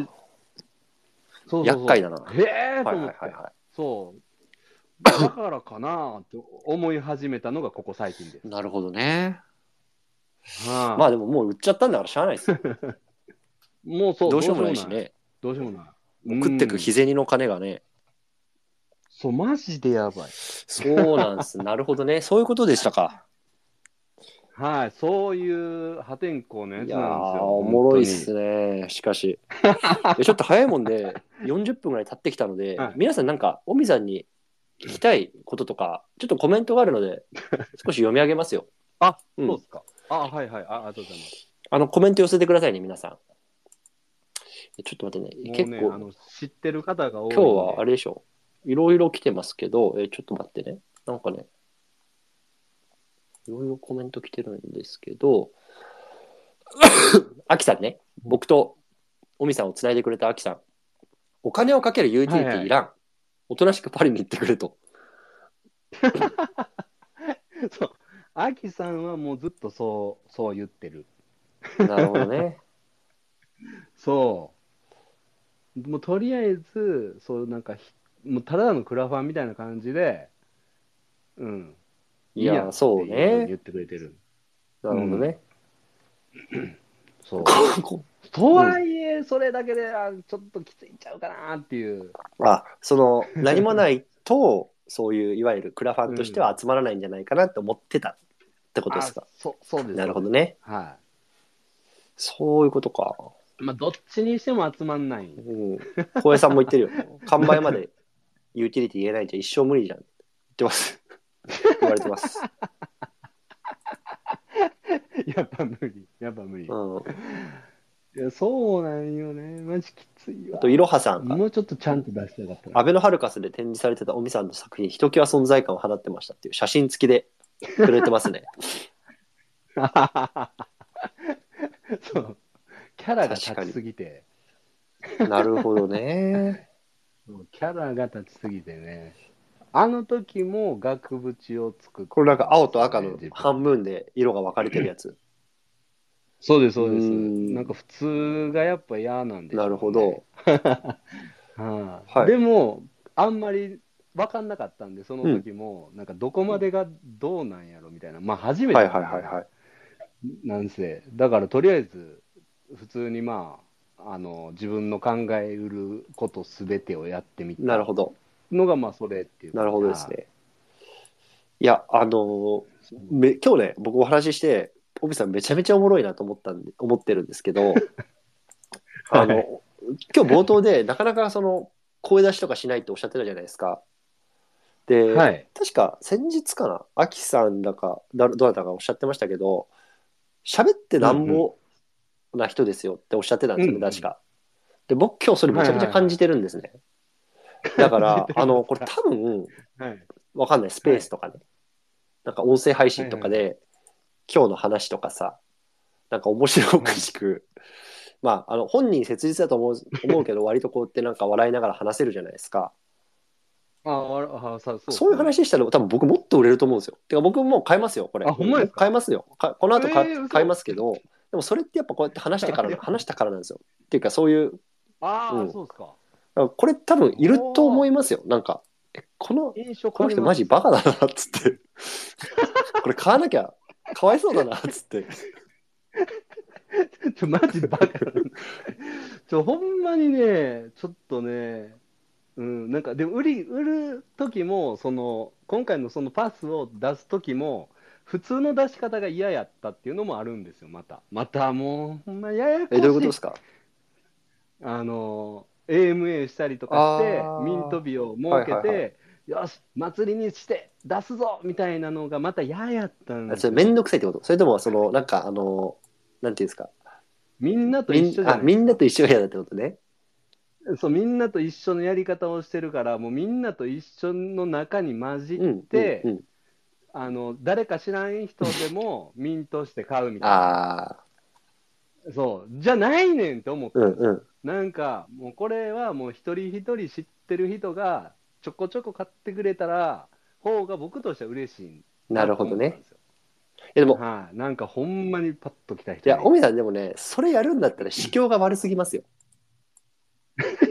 そうそうそう
厄介だな。はい
へえと
はい
思
は
っ
い
て、
は
そうだからかなと思い始めたのがここ最近で
い。なるほどね。
す。はあ
まあでももう売っちゃったんだからしゃあない ですよ。
もうそう
どうしようもないし。ね。
どうしようもない。どうしようもない
食ってく
うん
日銭の金がね。
そう、マジでやばい。
そうなんです。なるほどね。そういうことでしたか。
はい、そういう破天荒な
い
やつなんです
や
よ。
ー、お
本当に
もろいっすね。しか し。いやちょっと早いもんで、40分ぐらい経ってきたので、
はい
皆さんなんか、尾身さんに聞きたいこととか、ちょっとコメントがあるので、少し読み上げますよ。
あ、
うん
そうですか。あ、はいはい。あありがとうございます。
あの、コメント寄せてくださいね、皆さん。ちょっと待ってね。結
もうね、あ
構、
の知ってる方が多いんで。
今日はあれでしょ。いろいろ来てますけど、えーちょっと待ってね。なんかね、いろいろコメント来てるんですけど、アキさんね、僕とオミさんをつないでくれたアキさん、お金をかける UT っていらん。
はい
おとなしくパリに行ってくれと。
そう。アキさんはもうずっとそう、そう言ってる。
なるほどね。
そう。もうとりあえず、そうなんかひ、もうただのクラファンみたいな感じで、うん。
いや、
ん
そう
っていうふに
ね。
言ってくれてる。
なるほどね。
そう。
こ
とはいえ、それだけで、あちょっときついんちゃうかなっていう。
あ、その、何もないと、そういういわゆるクラファンとしては集まらないんじゃないかなって思ってたってことですか
あ。そう、そうです。
なるほど。ね。
は
そういうことか。
い。まあ、どっちにしても集まんない。
うん。小江さんも言ってるよ。完売までユーティリティ言えないじゃん。一生無理じゃん。言ってます。言われてます。
やっぱ無理。やっぱ無理。
うん。
いや、そうなんよね。マジきついわ
あ。と、いろはさんが、
もうちょっとちゃんと出したかった
ア
な。
ベノハルカスで展示されてた尾身さんの作品、ひときわ存在感を放ってましたっていう写真付きで くれてますね。
そう。キャラが立ちすぎて。
なるほどね。
そうキャラが立ちすぎてね。あの時も額縁を作って、
これなんか青と赤の
自分
半分で色が分かれてるやつ。
そうです、そうです。
うん
なんか普通がやっぱ嫌なんで、
なるほど。。
はい、
はい
でも、あんまり分かんなかったんで、その時も、なんかどこまでがどうなんやろみたいな、まあ初めて
は
ないんで
はいはいはい。
なんせ、だからとりあえず、普通にまあ、あの自分の考えうることすべてをやってみた
なるほど。
のが、まあ、それっていう。
なるほどですね。いや、あのーめ、今日ね、僕お話しして、オビさんめちゃめちゃおもろいなと思ったんで、思ってるんですけ ど、あの、
は
今日冒頭で、なかなかその、声出しとかしないっておっしゃってたじゃないですか。で、
はい。はい。
確か先日かな、アキさんだか、だどなたかおっしゃってましたけど、喋ってなんぼな人ですよっておっしゃってたんですよね、
うんうん
確か。で、僕今日それめちゃめちゃ感じてるんですね。だ から、あの、これ多分、
はい。
わかんない、スペースとかね。なんか音声配信とかで、今日の話とかさ、なんか面白おかしく、まあ、あの、本人切実だと思う思うけど、割とこうやってなんか笑いながら話せるじゃないですか。
ああ、ああ、さそう。
そういう。話したら、多分僕もっと売れると思うんですよ。てか僕もう買いますよ、これ。
あほんまですか
買いますよ。かこの後買,、
えー嘘
買いますけど、でもそれってやっぱこうやって話してか
い
ら、
や
話したからなんですよ。っていうか、そういう、
ああ、
うん
そうですか。
これ多分いると思いますよ。なんか、えこの、
印象
この人マジバカだなっつって。これ買わなきゃかわいそうだなっつって。
ちょ マジバカだなちょほんまにね、ちょっとね、うん、なんかでも売り売る時もその今回のそのパスを出す時も普通の出し方が嫌やったっていうのもあるんですよ、また。またもう、ほんまややこし
え、
い。
どういうことです か
あの AMA したりとかして
あー
ミント日を設けて、
はいはいは
よし、祭りにして出すぞみたいなのがまた嫌やったん
あ
です
それ
よ。
めんどくさいってことそれとも、その、なんか、あの、なんていうんですか。
みんなと
み
一緒じゃ
ん
ない
あみんなと一緒が嫌だってことね。
そうみんなと一緒のやり方をしてるからもうみんなと一緒の中に混じっ
うん。
て、
うんうん、
あの誰か知らん人で もミントして買うみたいな
ああ、
そうじゃないねんって思って、
うんうん。
なんかもうこれはもう一人一人知ってる人がちょこちょこ買ってくれたら方が僕としては嬉しい
なるほど
と思った
ね
ん。ですよ
いやでも、
はい、なんかほんまにパッときた
い
人
や、
い
おみさんでもね、それやるんだったら、市況が悪すぎますよ。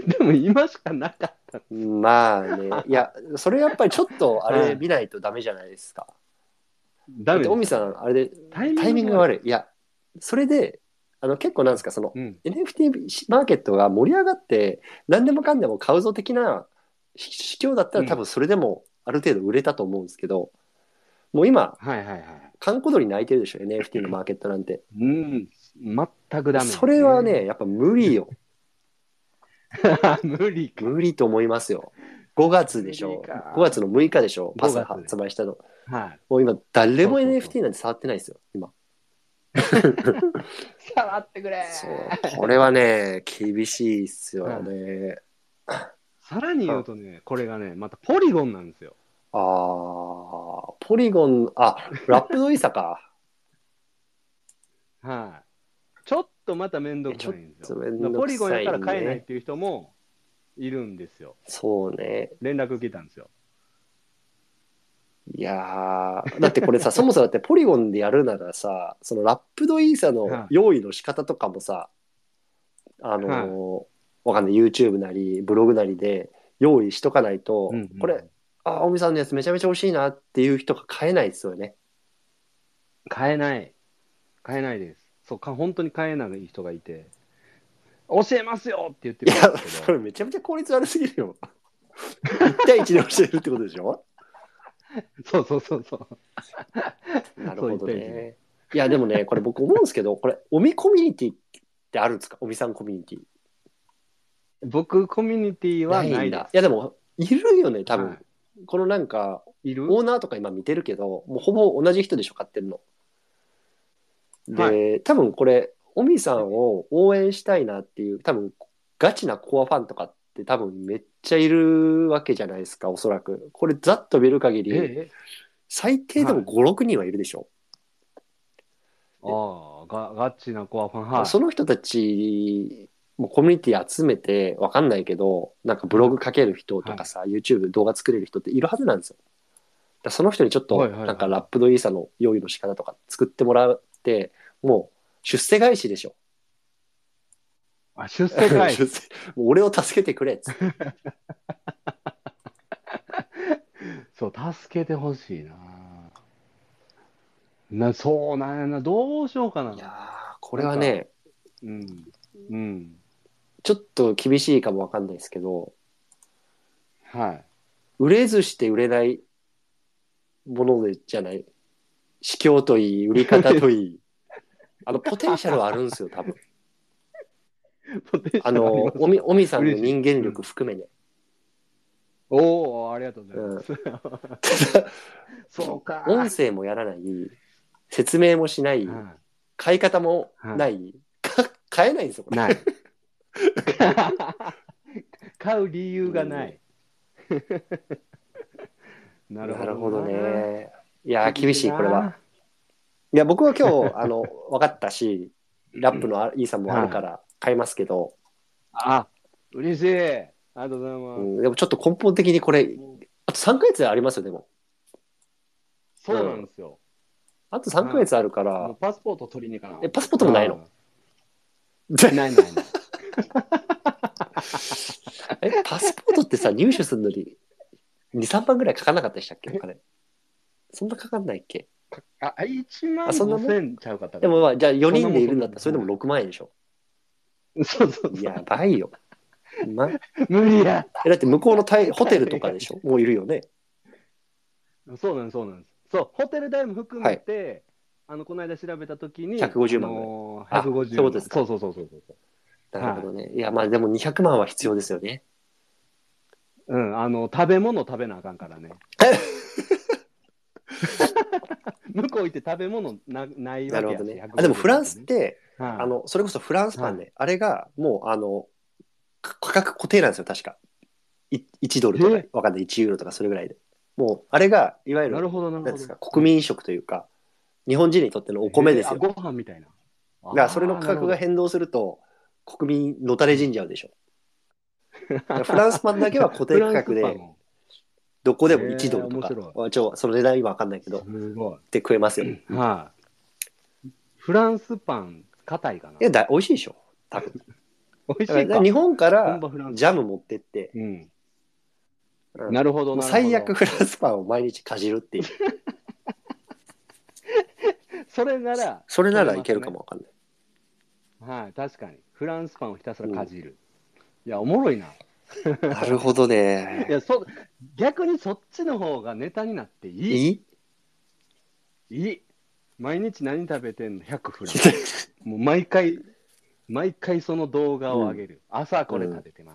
でも今しかなかった
まあ ね、いや、それやっぱりちょっと、あ
はい
れ見ないとダメじゃないですか。
ダ
だって、
メで
お
す
みさん、あれで、
タイ
タイミングが
い、
悪い。いや、それで、あの、結構なんですか、その、
うん、
NFT マーケットが盛り上がって、何でもかんでも買うぞ的な市況だった
う
ら、
ん
多分それでも、ある程度売れたと思うんですけど、もう今、
はいはいはい
閑古鳥泣いてるでしょ、NFT のマーケットなんて。
うん全くダメですね
それはね、やっぱ無理 よ。
無理か。
無理と思いますよ。5月でし
無
ょ
理か。
5月の6日でしょ。パス
5月
発売したの。
はい。
もう今、誰も
そうそう
NFT なんて触ってないですよ、今。
触ってくれ
そう。これはね、厳しいっすよね。
さらに言うとね、これがね、またポリゴンなんですよ。
あー、ポリゴン、あ、ラップドイサか。
はい。ちょっとまためんどくさいんで
ち
す
ょ
よ。
っとめん
だ
どくさいね
からポリゴンやから買えないっていう人もいるんですよ。
そうね。
連絡来たんですよ。
いやー、だってこれ さ、そもそもだってポリゴンでやるならさ、そのラップドイーサの用意の仕方とかもさ、あのーわかんない、YouTube なり、ブログなりで用意しとかないと、
うんうん
これ、あ、おみさんのやつめちゃめちゃ欲しいなっていう人が買えないですよね。
買えない。買えないです。そうか、本当に買えない人がいて、教えますよって言って
い
くるん
や
で、す
そ
けど、
れめちゃめちゃ効率悪すぎるよ。1対1で教えるってことでし ょ
そうそうそうそう。
なるほど
そう一対一で
ね。いや、でもね、これ僕思うんですけど、これ、おみコミュニティってあるんですかおみさんコミュニティ。
僕、コミュニティはない
ん
で
だ
す。
いや、でも、いるよね、多分。
は
このなんか、
いる
オーナーとか今見てるけど、もうほぼ同じ人でしょ、買ってるの。で、
は
多分これ、おみさんを応援したいなっていう、多分ガチなコアファンとかって多分めっちゃいるわけじゃないですか、おそらく。これ、ざっと見る限
え
り、
え
最低でも5、6人はいるでしょ。
ああ、がガチなコアファン。はい。
その人たちもコミュニティ集めて、わかんないけど、なんかブログ書ける人とかさ、YouTube 動画作れる人っているはずなんですよ。だからその人にちょっと、
はいはいはい
なんかラップのイーサの用意の仕方とか作ってもらって、もう出世返しでしょ。
あ出世 会
出世もう俺を助けてくれっつって。
そう、助けてほしいな。な、そうなんやな。どうしようか
いやー
な。
これはね、
うん。うん。
ちょっと厳しいかもわかんないですけど、
はい。
売れずして売れないものでじゃない。市況といい、売り方と いい。あの、ポテンシャルはあるんですよ、多分。
ポテ ンシ
あ
ャル
の、
ります
おみ、おみさんの
嬉しい
人間力含めね。
おお、ありがとうございます。 そうか。
音声もやらない、説明もしない、
は
買い方もない、か買えないんですよ、こ
い
れ。
ない。買う理由がない。 な
なるほ
な
ど。ね。いやー、厳しい、これは。。いや、僕は今日、 あの、分かったし、ラップのあいいさもあるから買いますけど、
あ、嬉しい。ありがとうございうます。
ん、でもちょっと根本的にこれ、あと3ヶ月ありますよ、でも。
そうなんですよ。
あと3ヶ月あるか
も
ら
う、パスポート取りに行かな。
え、パスポートもないの
ないないない。
え、パスポートってさ、入手するのに2、3万ぐらいかかんなかったでしたっけ、お金。そんなかかんないっけ
あ、1万
あそんなもん
5千ちゃうかったか
で
な
もまあ、じゃあ4人でいるんだったら、それでも6万円でしょ。
そうそうそう。
やばいよ。ま、
無理や。
えだって向こうのタイホテルとかでし ょもういるよね。
そうなんです、そうなんです。そう、ホテル代も含めて、あの、この間調べたときに、
150万
あのー
あ
150万。
そういうことですか
そうそうそうそうそう。
なるほどね。いや、まあでも200万は必要ですよね。
うん、あの、食べ物食べなあかんか らね。向こう行って食べ物なないわ
な
け
る
や
ほ
し
どね
150。
あでもフランスっ
ね
て、
はい
あの、それこそフランスパンね、あれがもう、あの、か価格固定なんですよ、確か。い1ドルとか
え、
わかんない、1ユーロとかそれぐらいで。もう、あれが、いわゆ
な
る、
るほど、なる
なん
ほ
ですか、
ど。
国民食というか、日本人にとってのお米ですよ。
あ
だか
ご飯みたいな。だ
ら、それの価格が変動すると、国民のたれ死んじゃうで しょ。だからフランスパンだけは固定価格で、どこでも1ドルと
へー面
か、ちょその値段今わかんないけど、っ
すご
て食えますよ。い
い。はい。フランスパン、硬いかな。
や、だ美味しいでしょ、多分。
美味し
だ
い
から
か。
日本から
本場フランス
ジャム持ってって、
うん。
うん
なるほど、なるほど。
最悪フランスパンを毎日かじるっていう。
それなら、
それならいけるかもわかんない。
はい、確かに。フランスパンをひたすらかじる。いや、おも ろいな。い
なるほどね。
や、そ逆にそっちの方がネタになっていい。
いい
いい。毎日何食べてんの ?100 フランス。もう毎回、毎回その動画を上げる。朝これ食べてま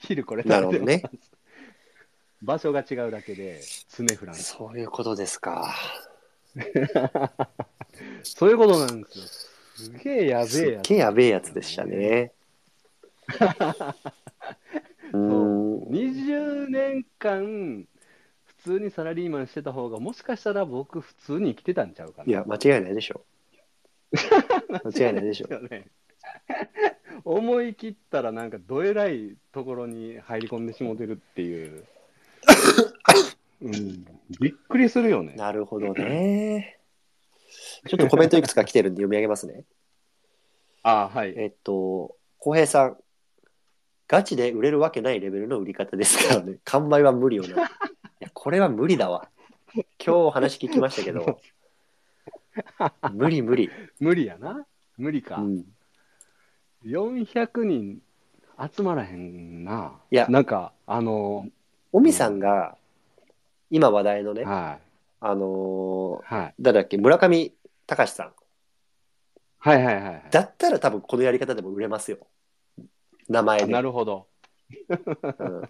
す。昼これ食べてます。
なるほ
場所が違うだけで、常フランス。
そういうことですか。
そういうことなんですよ。すげえや
す
べえ
っ
やつ。
げえやべえやつでした ね。うーん。
20年間、普通にサラリーマンしてた方が、もしかしたら僕、普通に生きてたんちゃうかな。
いや、間違いないで しょ。間違いないでしょ。
よね。 思い切ったら、なんか、どえらいところに入り込んでしもてるっ ていう。うん、びっくりするよね。
なるほどね。 ちょっとコメントいくつか来てるんで読み上げますね。
あはい。
えっと、浩平さん。ガチで売れるわけないレベルの売り方ですから ね。完売は無理よな。いや、これは無理だわ。今日話聞きましたけど。無理無理。
無理やな。無理か。
うん、
400人集まらへんな。
いや
なんか、あの、
尾身さんが、今話題のね、
はい。
あのー
はい。
誰だっけ、村上隆さん。
はいはいはいはい。
だったら多分このやり方でも売れますよ。名前
あ
で
な。るほど。
うん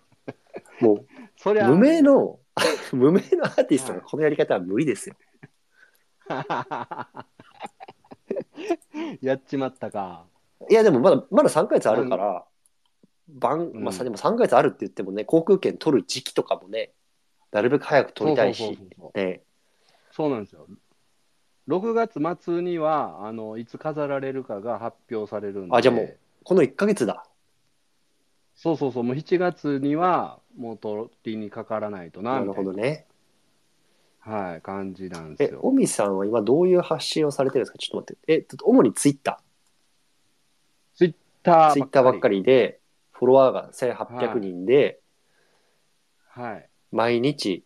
もう、
そりゃ、
無名の、 無名のアーティストがこのやり方は無理ですよ。
やっちまったか。
いや、でもまだ、まだ3ヶ月あるから、番、
うん
まあ、さでも3ヶ月あるって言ってもね、航空券取る時期とかもね、なるべく早く取りたい
そ
し
うそう、そうそう
ね、
そうなんですよ。6月末にはあのいつ飾られるかが発表されるんで、
あじゃあもうこの1ヶ月だ。
そうそうそう、もう7月にはもう取りにかからないとな
な
み
る
た
ほ
いな
どね。
はい、感じなんです
え、
よ。
尾身さんは今どういう発信をされてるんですかちょっと待って。え、主にツイッタ
ツイッタ
ー。
ー
ツイッターばっか
り。
りで、フォロワーが1800人で、
はい、
毎日、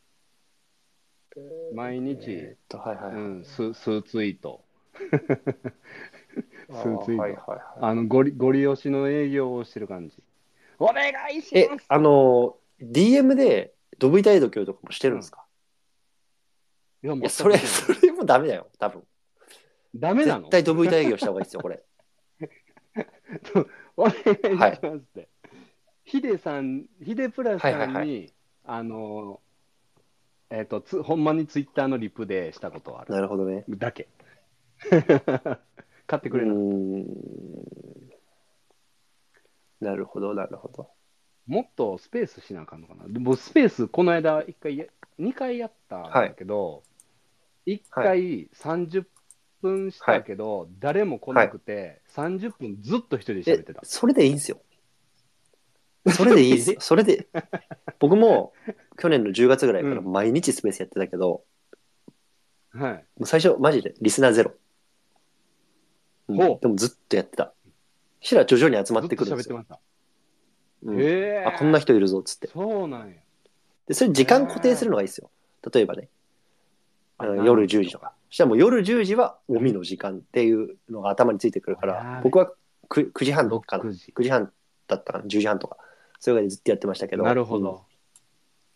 毎日、
えーっと、はいはいは
う
い。
ん、数数ツイート。
あー
数ツイート
はいはいはい
あのゴリゴリ押しの営業をしてる感じ。お願いし
え
ま、す
あの、DM で、ドブイタイド教とかもしてるんですか、
いや、も
いうや、それ、それもダメだよ、多分。
ダメなの
絶対ドブ板営業した方がいいですよ、これ。
お願いしますって。ヒデさん、ヒデプラさんに、
はいはいは
あの、えっ、とつ、ほんまにツイッターのリプでしたことはある。
なるほどね。
だけ。 買ってく
う
れる、
ーん。なるほど、なるほど。
もっとスペースしなあかんのかな。でもスペース、この間、一回や、2回やったんだけど、一
は
1回30分したけど、誰も来なくて、30分ずっと一人で喋ってた。
それでいいんですよ。それでいいです よ。それで、僕 も去年の10月ぐらいから
うん
毎日スペースやってたけど、も
はい。
う最初、マジでリスナーゼロ。うん
ほう
でもずっとやってた。したら徐々に集まってくる
ず
ん
っと
で
喋っ
すよ。
てました。
うん
えー
あ、こんな人いるぞっつって。
そうなんや。
で、それ時間固定するのがいいですよ。例えばね、あの夜10時とか。そしたらもう夜10時はおみの時間っていうのが頭についてくるか
や
ら
べ、
僕は 9, 9時半かな。
6
9
時。
時半だったかな、10時半とか。それぐらいでずっとやってましたけど。
なるほ
うん
ど。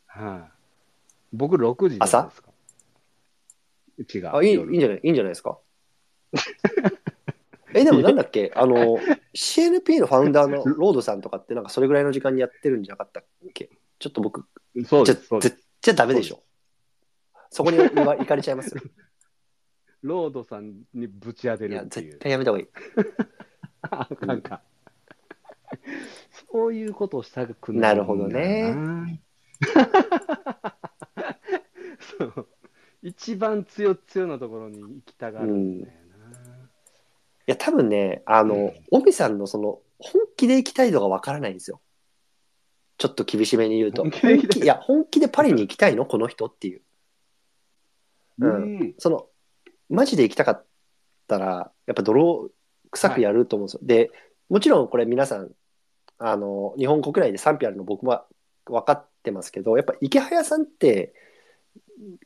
はい。僕、6時とかですか。
あ
違う。
いいいい
夜
んじゃないいいんじゃないですか え でもなんだっけあの CNP のファウンダーのロードさんとかってなんかそれぐらいの時間にやってるんじゃなかったっけちょっと僕
そう
じ
で
ゃ
す。そうです
絶対ダメでしょそこに言わ行かれちゃいますよ
ロードさんにぶち当て
い
る
や
っていう
絶。対やめた方がいい
あ なんか、そういうことをしたく
なるほどね。
そう一番強強なところに行きたがるんだよ
いや多分ねあ
う
の
ん
オビさんのその本気で行きたいのがわからないんですよちょっと厳しめに言うと
本気で行き
本気いや本気でパリに行きたいのこの人っていう
な。
うん
ん
そのマジで行きたかったらやっぱ泥臭くやると思うんですよ、でもちろんこれ皆さんあの日本国内で賛否あるの僕は分かってますけどやっぱ池早さんって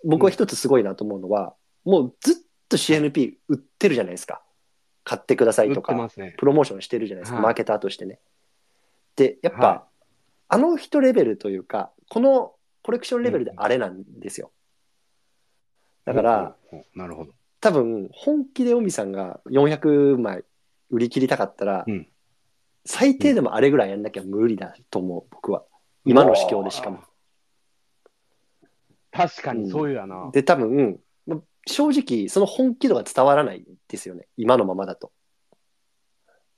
僕は一つすごいなと思うのは、もうずっと CNP 売ってるじゃないですか買ってください
打
と
って
か
ますね。
プロモーションしてるじゃないですか、
はい
マーケターとしてねでやっぱ、
は
あの人レベルというかこのコレクションレベルであれなんですよ、だから、
ほう、ほうなるほど。
多分本気で尾身さんが400枚売り切りたかったら、
うん
最低でもあれぐらいやんなきゃ無理だと思う僕は今の市況でしかも。
確かにそうやな。
で多分ま正直その本気度が伝わらないですよね今のままだと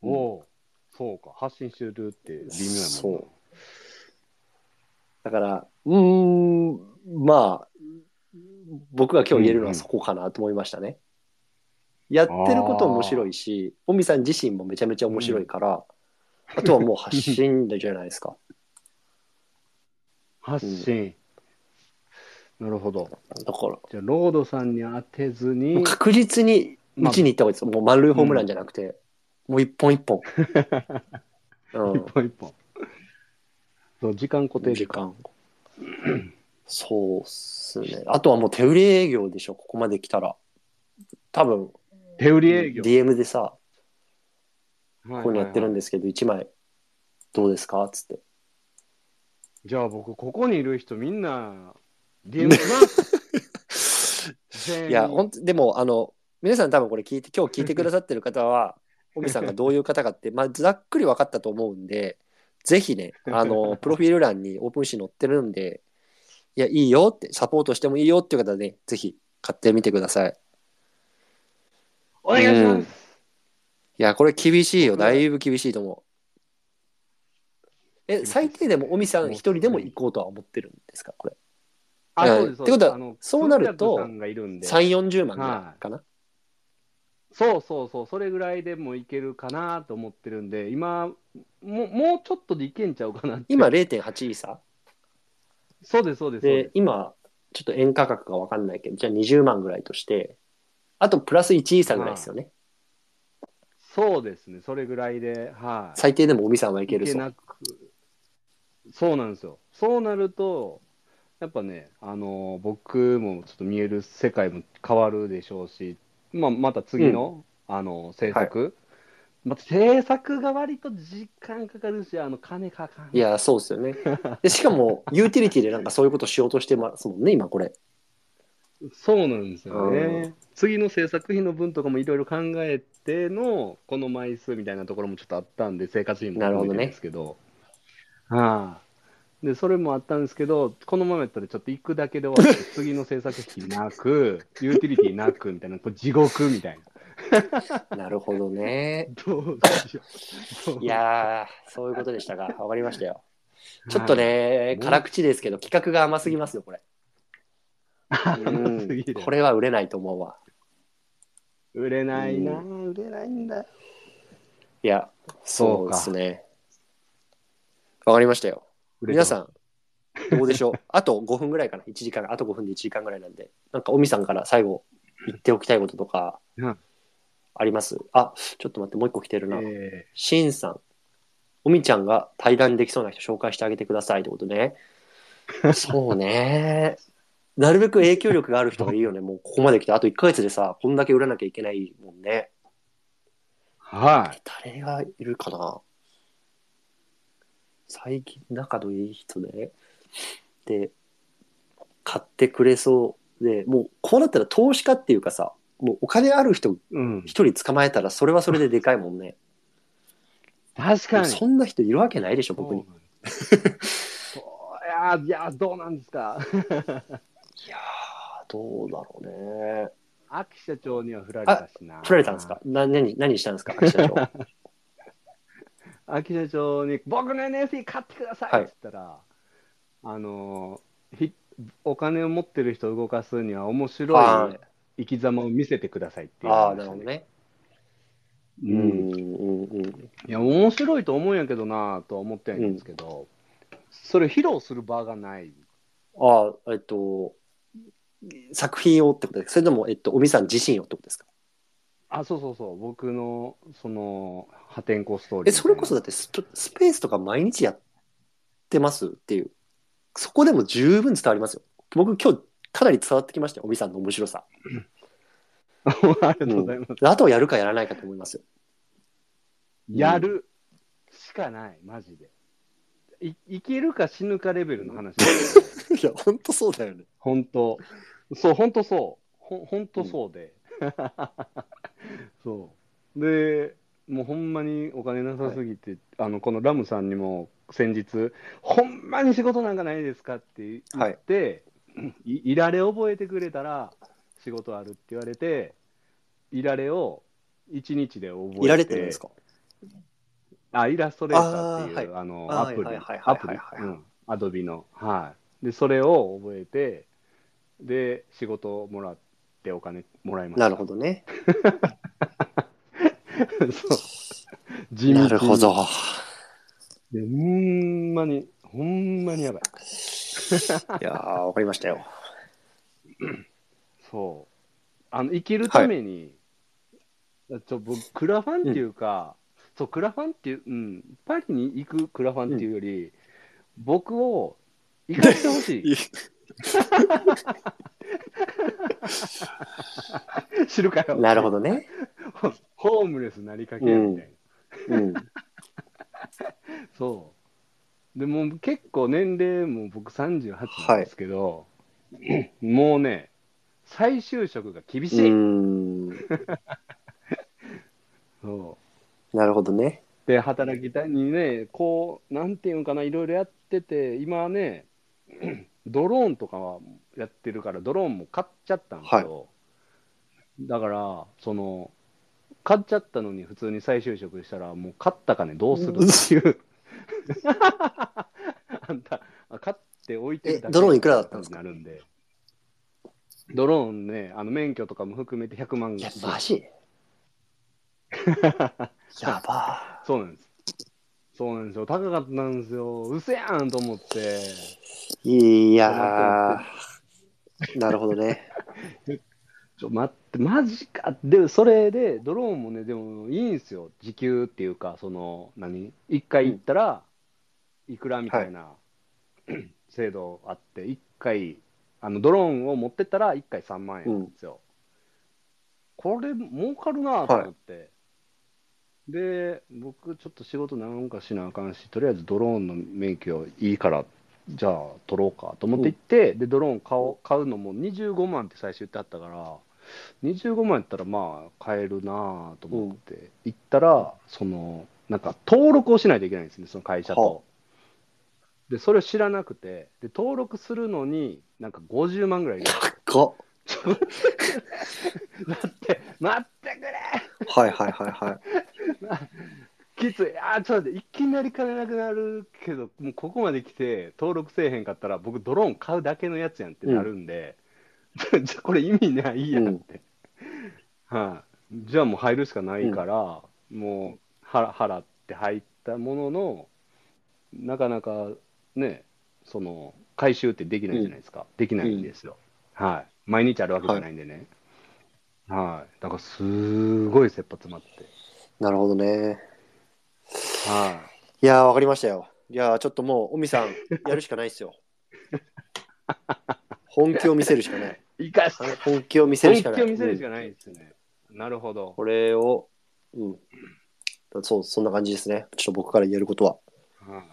おおーそうか。発信してるって微妙やもんな。
そうだからうーんまあ僕が今日言えるのはそこかなと思いましたね、やってること面白いし尾身さん自身もめちゃめちゃ面白いから、あとはもう発信じゃないです か
発信。なるほど。
だから
じゃあ、ロードさんに当てず
もう
に、
確実に打ちに行った方がいいです。もう満塁ホームランじゃなくて、もう一本一 本。う
一
ん、
本一本。そう時間固定
時
時間。
間。そうっすね。あとはもう手売り営業でしょ、ここまで来たら。多分、
手売り営業。
DM でさ、
はい
こういうのやってるんですけど、1枚どうですかっつって。
じゃあ僕、ここにいる人みんな、DM します。全員
いや、ほんとでも、あの、皆さん多分これ聞いて、今日聞いてくださってる方は、尾身さんがどういう方かって、まあ、ざっくり分かったと思うんで、ぜひね、あの、プロフィール欄にオープン誌載ってるんで、いや、いいよって、サポートしてもいいよっていう方で、ね、ぜひ買ってみてください。
お願いします。
いや、これ厳しいよ。
僕は
だいぶ厳しいと思う。え、最低でも尾身さん一人でも行こうとは思ってるんですか、これ。
あ、そうです。
ってことは
あの
そうなると
クラブさんがいるんでそう
3、40万ぐらいかな。
そうそう、それぐらいでもいけるかなと思ってるんで、今、ももうちょっとでいけんちゃうかなって。
今0.8イーサ
そうです、そうです。そう
で
で、
今、ちょっと円価格が分かんないけど、じゃあ20万ぐらいとして、あとプラス1イーサぐらいですよね。
すそうですね、それぐらいで、はい。
最低でも尾身さんはいける
いけ
ぞ。
なくそうなんですよそうなるとやっぱねあの僕もちょっと見える世界も変わるでしょうし、まあ、また次の,、あの制作、また制作が割と時間かかるしあの金かかん
いや、そうですよね。でしかも、ユーティリティでなんかそういうことしようとしてますもんね、今これ。
そうなんですよね、
うん
次の制作費の分とかもいろいろ考えてのこの枚数みたいなところもちょっとあったんで生活費も含めてですけどああでそれもあったんですけどこのままやったらちょっと行く だけで終わって次の制作費なくユーティリティなくみたいなこう地獄みたいな
なるほど ね。
どうしよう。どう
いやー、そういうことでしたか。わかりましたよ。ちょっと、ね、辛口ですけど、企画が甘すぎますよ、これ。
はい
うん
すげえ
これは売れないと思うわ。
売れないな、
う
売れないんだよ。
いや、そうですね。わかりましたよ。皆さん、どうでしょう。 あと5分ぐらいかな、1時間、あと5分で1時間ぐらいなんで、なんか、尾身さんから最後、言っておきたいこととか
うん、
あります、あ、ちょっと待って、もう一個来てるな。
え
しんさん、おみちゃんが対談できそうな人紹介してあげてくださいってこと ね。そうね。なるべく影響力がある人がいいよね。もうここまで来て、あと1ヶ月でさ、こんだけ売らなきゃいけないもんね。
ーはい。
誰がいるかな最近、仲のいい人で、で、買ってくれそうで、もうこうなったら投資家っていうかさ、もうお金ある人
うん、
一人捕まえたら、それはそれででかいもんね。
確かに。
そんな人いるわけないでしょ、僕に。
そうなんですそういやーいやーどうなんですか
いやー、どうだろうね。
秋社長には振られたしな。
振られたんですかな何何したん ですか秋社長。
秋社長に、僕の NFT 買ってください
はい
って言ったら、あのーひ、お金を持ってる人を動かすには面白い生き様を見せてくださいっていう。
ああ、なるほど。ね。
う
うん
ん、
うんうん。
いや、面白いと思うんやけどなぁとは思ってんですけど、それ披露する場がない。
ああ、えっと、作品をってことですそれとも、えっと、おみさん自身をってことですか
あ、そうそうそう、僕の、その、破天荒ストーリー。
え、それこそだってスプスペースとか毎日やってますっていう。そこでも十分伝わりますよ。僕今日かなり伝わってきましたよ、おみさんの面白さ。
ありがとうございます。
あとはやるかやらないかと思いますよ。ん
やるしかない、マジで。い生きるか死ぬかレベルの話だよね
いや、本当そうだよね。
本当。そう、本当そう。ほ本当そうで。そう。で、もうほんまにお金なさすぎて、あのこのラムさんにも先日、ほんまに仕事なんかないですかって言って、い、いられ覚えてくれたら仕事あるって言われて、いられを1日で覚えて。
いられてるんですか
あ、イラストレーターって
あ
い
ー
う、あの、
あー
アプリ
はいはいはい、はい
アプリ
はい、
うんアドビの。はい。で、それを覚えて、で、仕事をもらってお金もらいました。
なるほどね。
ど。 そう。地道に
なるほ。 ど。
でほんまに、ほんまにやばい。
いやー、わかりましたよ。
そう。あの、生きるために、ちょ、僕、クラファンっていうか、そう、クラファンっていう、うん、パリに行くクラファンっていうより、僕を生かしてほしい。 知るかよ。
なるほどね。
ホホームレスなりかけやみたい
うん。
な。そう。でもう結構年齢も僕38なんですけど、もうね、再就職が厳し
う
い。
ん。
そ
なるほどね。
うで、働きたいにね、こう、なんていうのかな、いろいろやってて、今ね、 ドローンとかはやってるから、ドローンも買っちゃったんですよ。だから、その、買っちゃったのに普通に再就職したら、もう買った金どうするっ ていう。あんた、あ買っておいてるだけ
えドローンいくらだったんですか
なるんで。ドローンね、あの免許とかも含めて100
い
万ぐら
や
い、
マ ジやば
そうなんです。そうなんですよ。高かったんですよ。うせやんと思って。
い。いや ー。なるほどね。
ちょ、待って、マジか。で、それで、ドローンもね、でもいいんですよ。時給っていうか、その、何一回行ったら、いくらみたいな、制度あって、一回、あの、ドローンを持ってったら、一回3万円なんですよ。これ、儲かるなと思って。で、僕、ちょっと仕事なんかしなあかんし、とりあえずドローンの免許いいから、じゃあ取ろうかと思って行って、で、ドローン買おう買うのも25万って最初言ってあったから、25万やったらまあ買えるなあと思って、行ったら、その、なんか登録をしないといけないんですね、その会社
は
と。で、それを知らなくて、で、登録するのに、なんか50万ぐらいいる
高っ。
だって、待って
はいはいはいはい。
くれきつい。あー、ちょっと待って、いきなり金なくなるけど、もうここまで来て、登録せえへんかったら、僕、ドローン買うだけのやつやんってなるんで、 じゃあこれ意味ないやんって。はい、じゃあもう入るしかないから、もうは払って入ったものの、なかなかね、その、回収ってできないじゃないですか。できないんですよ。はい。毎日あるわけじゃないんでね。はい。だから、すごい切羽詰まって。
なるほどね。
はい
やー、わかりましたよ。いやー、ちょっともう、おみさん、やるしかない ですよ。本気を見せるしかない。
い。生かして
本気を見せるしか
本
ない。
気を見せるし
うん
かないですね。なるほど。
これを、うん。そう、そんな感じですね。ちょっと僕から言えることは。
はいわ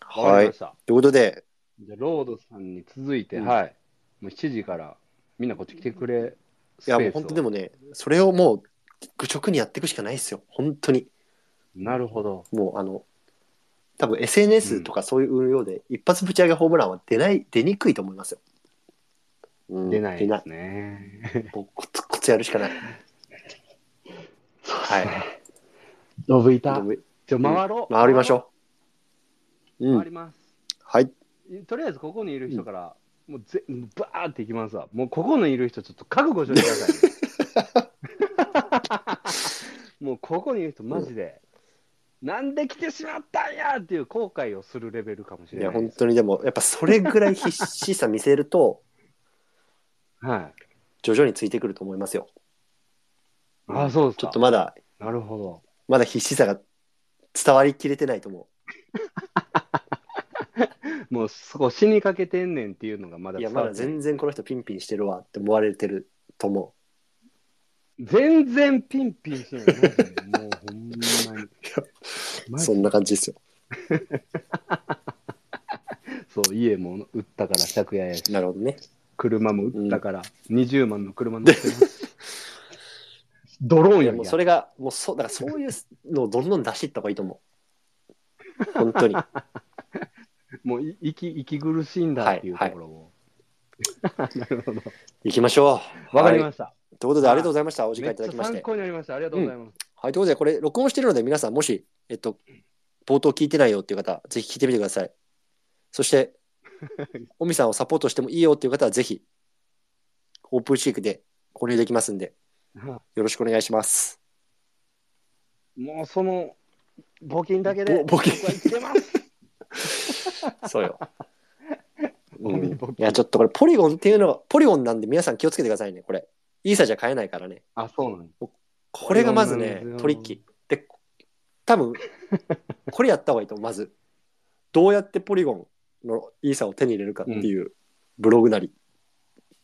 か
は
り
い
ま。した。
ということで、
じゃあロードさんに続いて、
うん
はい。もう7時から、みんなこっち来てくれ。
いや、もう本当で
も。
もね、それをもう、愚直にやっていくしかないですよ。本当に。
なるほど。
もう、あの、多分 SNS とかそういう運用で、一発ぶち上げホームランは出ない、出にくいと思いますよ。うん
出ない
出
で
ない
す。ね。
もうコツコツやるしかない。はい。
ロブい
で
た。
も
じゃあ回ろう。
回りましょう。
う
う
回
ん。
ります。
はい。
とりあえずここにいる人から、もうぜバーっていきますわ。もうここにいる人、ちょっと覚悟してください、 もうここにいる人、マジで、なんで来てしまったんやっていう後悔をするレベルかもし
い
れ
や、
ない
本
です。
当にでも、やっぱそれぐらい必死さ見せると、
はい、
徐々についてくると思いますよ。
あそうです
ちょ
か。
っとまだ、
なるほど。
まだ必死さが伝わりきれてないと思
もうそこ死にかけてんねんっていうのがまだ
う。いや、
伝
ま
わ
だ
ってない
全然この人ピンピンしてるわって思われてると思
全然ピンピンしてない。マジでもうほんまに。
う。
マジ
そんな感じですよ。
そう、家も売ったから借家やし、
なるほどね。
車も売ったから、20万の車乗ってます。ド
い
ローンや
や、
ん
もう
や。
それが、もうそう、だからそういうのをどんどん出していった方がいいと思 う。本当に。
もうい息息苦しいんだっていうところを。 なるほど。
行きましょう。
わかり
は
ました。
いということで、ありがとうございました。お時
め
間
っ
いた
ち
だ
ゃ
きまし
参
て。
考になりました。ありがとうございます。
はい、ということで、これ、録音してるので、皆さん、もし、えっと、冒頭聞いてないよっていう方、ぜひ聞いてみてください。そ して、おみさんをサポートしてもいいよっていう方は、ぜひ、オープンシークで購入できますんで、
は
よろしくお願いします。
いもうその募金だけで
ぼ募金
僕は生きてます。
そうよ。 うん、い
僕僕
や、ちょっとこれ、ポリゴンっていうのは、ポリゴンなんで、皆さん気をつけてくださいね、これ。イーサじゃ買えないからね。
あ、そうなんです
これがまず
ポリゴ
ね
ンなんで、すよ
トリッキー。で、多 分、これやった方がいいと思う、まず。どうやってポリゴンのイーサを手に入れるかっていうブログなり、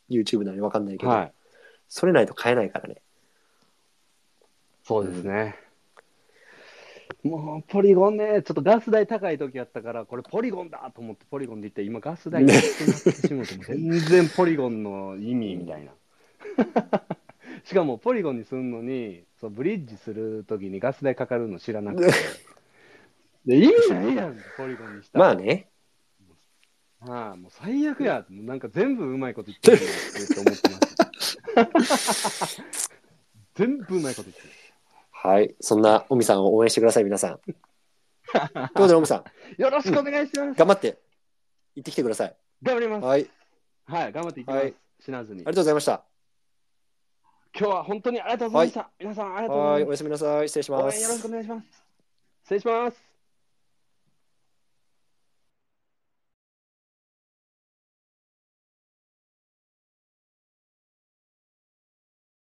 YouTube なりわかんないけ
け
ど、
ど。はい。
それないと買えないからね。
そうですね。もうポリゴンね、ちょっとガス代高い時やったから、これポリゴンだと思ってポリゴンで行って、今ガス代安くなってしまうと、もう全然ポリゴンの意味みた いな。しかもポリゴンにするのに、そうブリッジする時にガス代かかるの知らなくて。で意味ないやん、ポリゴンにしたら。
まあね、
ああ、もう最悪や。もうなんか全部うまいこと言ってるなってずっと思って ます。全部うまいこと言ってる。
はい、そんなおみさんを応援してください、皆さ ん。ということで、おみさん、
よろしくお願いします。
頑張って、行ってきてください。
頑張ります。
はい、あり
はい、頑張っていきます。
はい
死なずに。
がと
今
うございました。
日は本当にありがとうございました。皆さんありがとうご
は
ざ
い、
い
お
ま
や
す。
すみなさい。失礼しま
応
す
援よろしく。お願いします。失礼します。